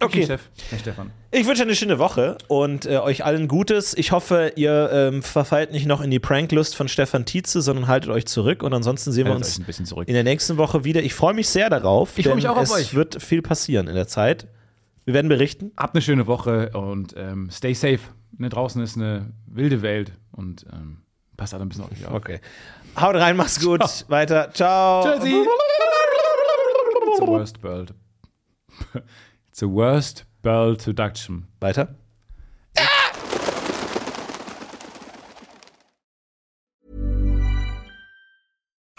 B: Okay.
C: Chef, Herr Stefan.
B: Ich wünsche eine schöne Woche und äh, euch allen Gutes. Ich hoffe, ihr ähm, verfallt nicht noch in die Pranklust von Stefan Tietze, sondern haltet euch zurück. Und ansonsten sehen wir
C: Haltet euch
B: uns
C: ein bisschen zurück.
B: in der nächsten Woche wieder. Ich freue mich sehr darauf.
C: Ich freue mich
B: denn
C: auch auf
B: es
C: euch.
B: wird viel passieren in der Zeit. Wir werden berichten.
C: Habt eine schöne Woche und ähm, stay safe. Ne, draußen ist eine wilde Welt und ähm, passt alle ein bisschen auf euch auf.
B: Okay. Haut rein, macht's gut. Weiter. Ciao.
C: Jersey. It's a worst bird. It's a worst bird production.
B: Weiter.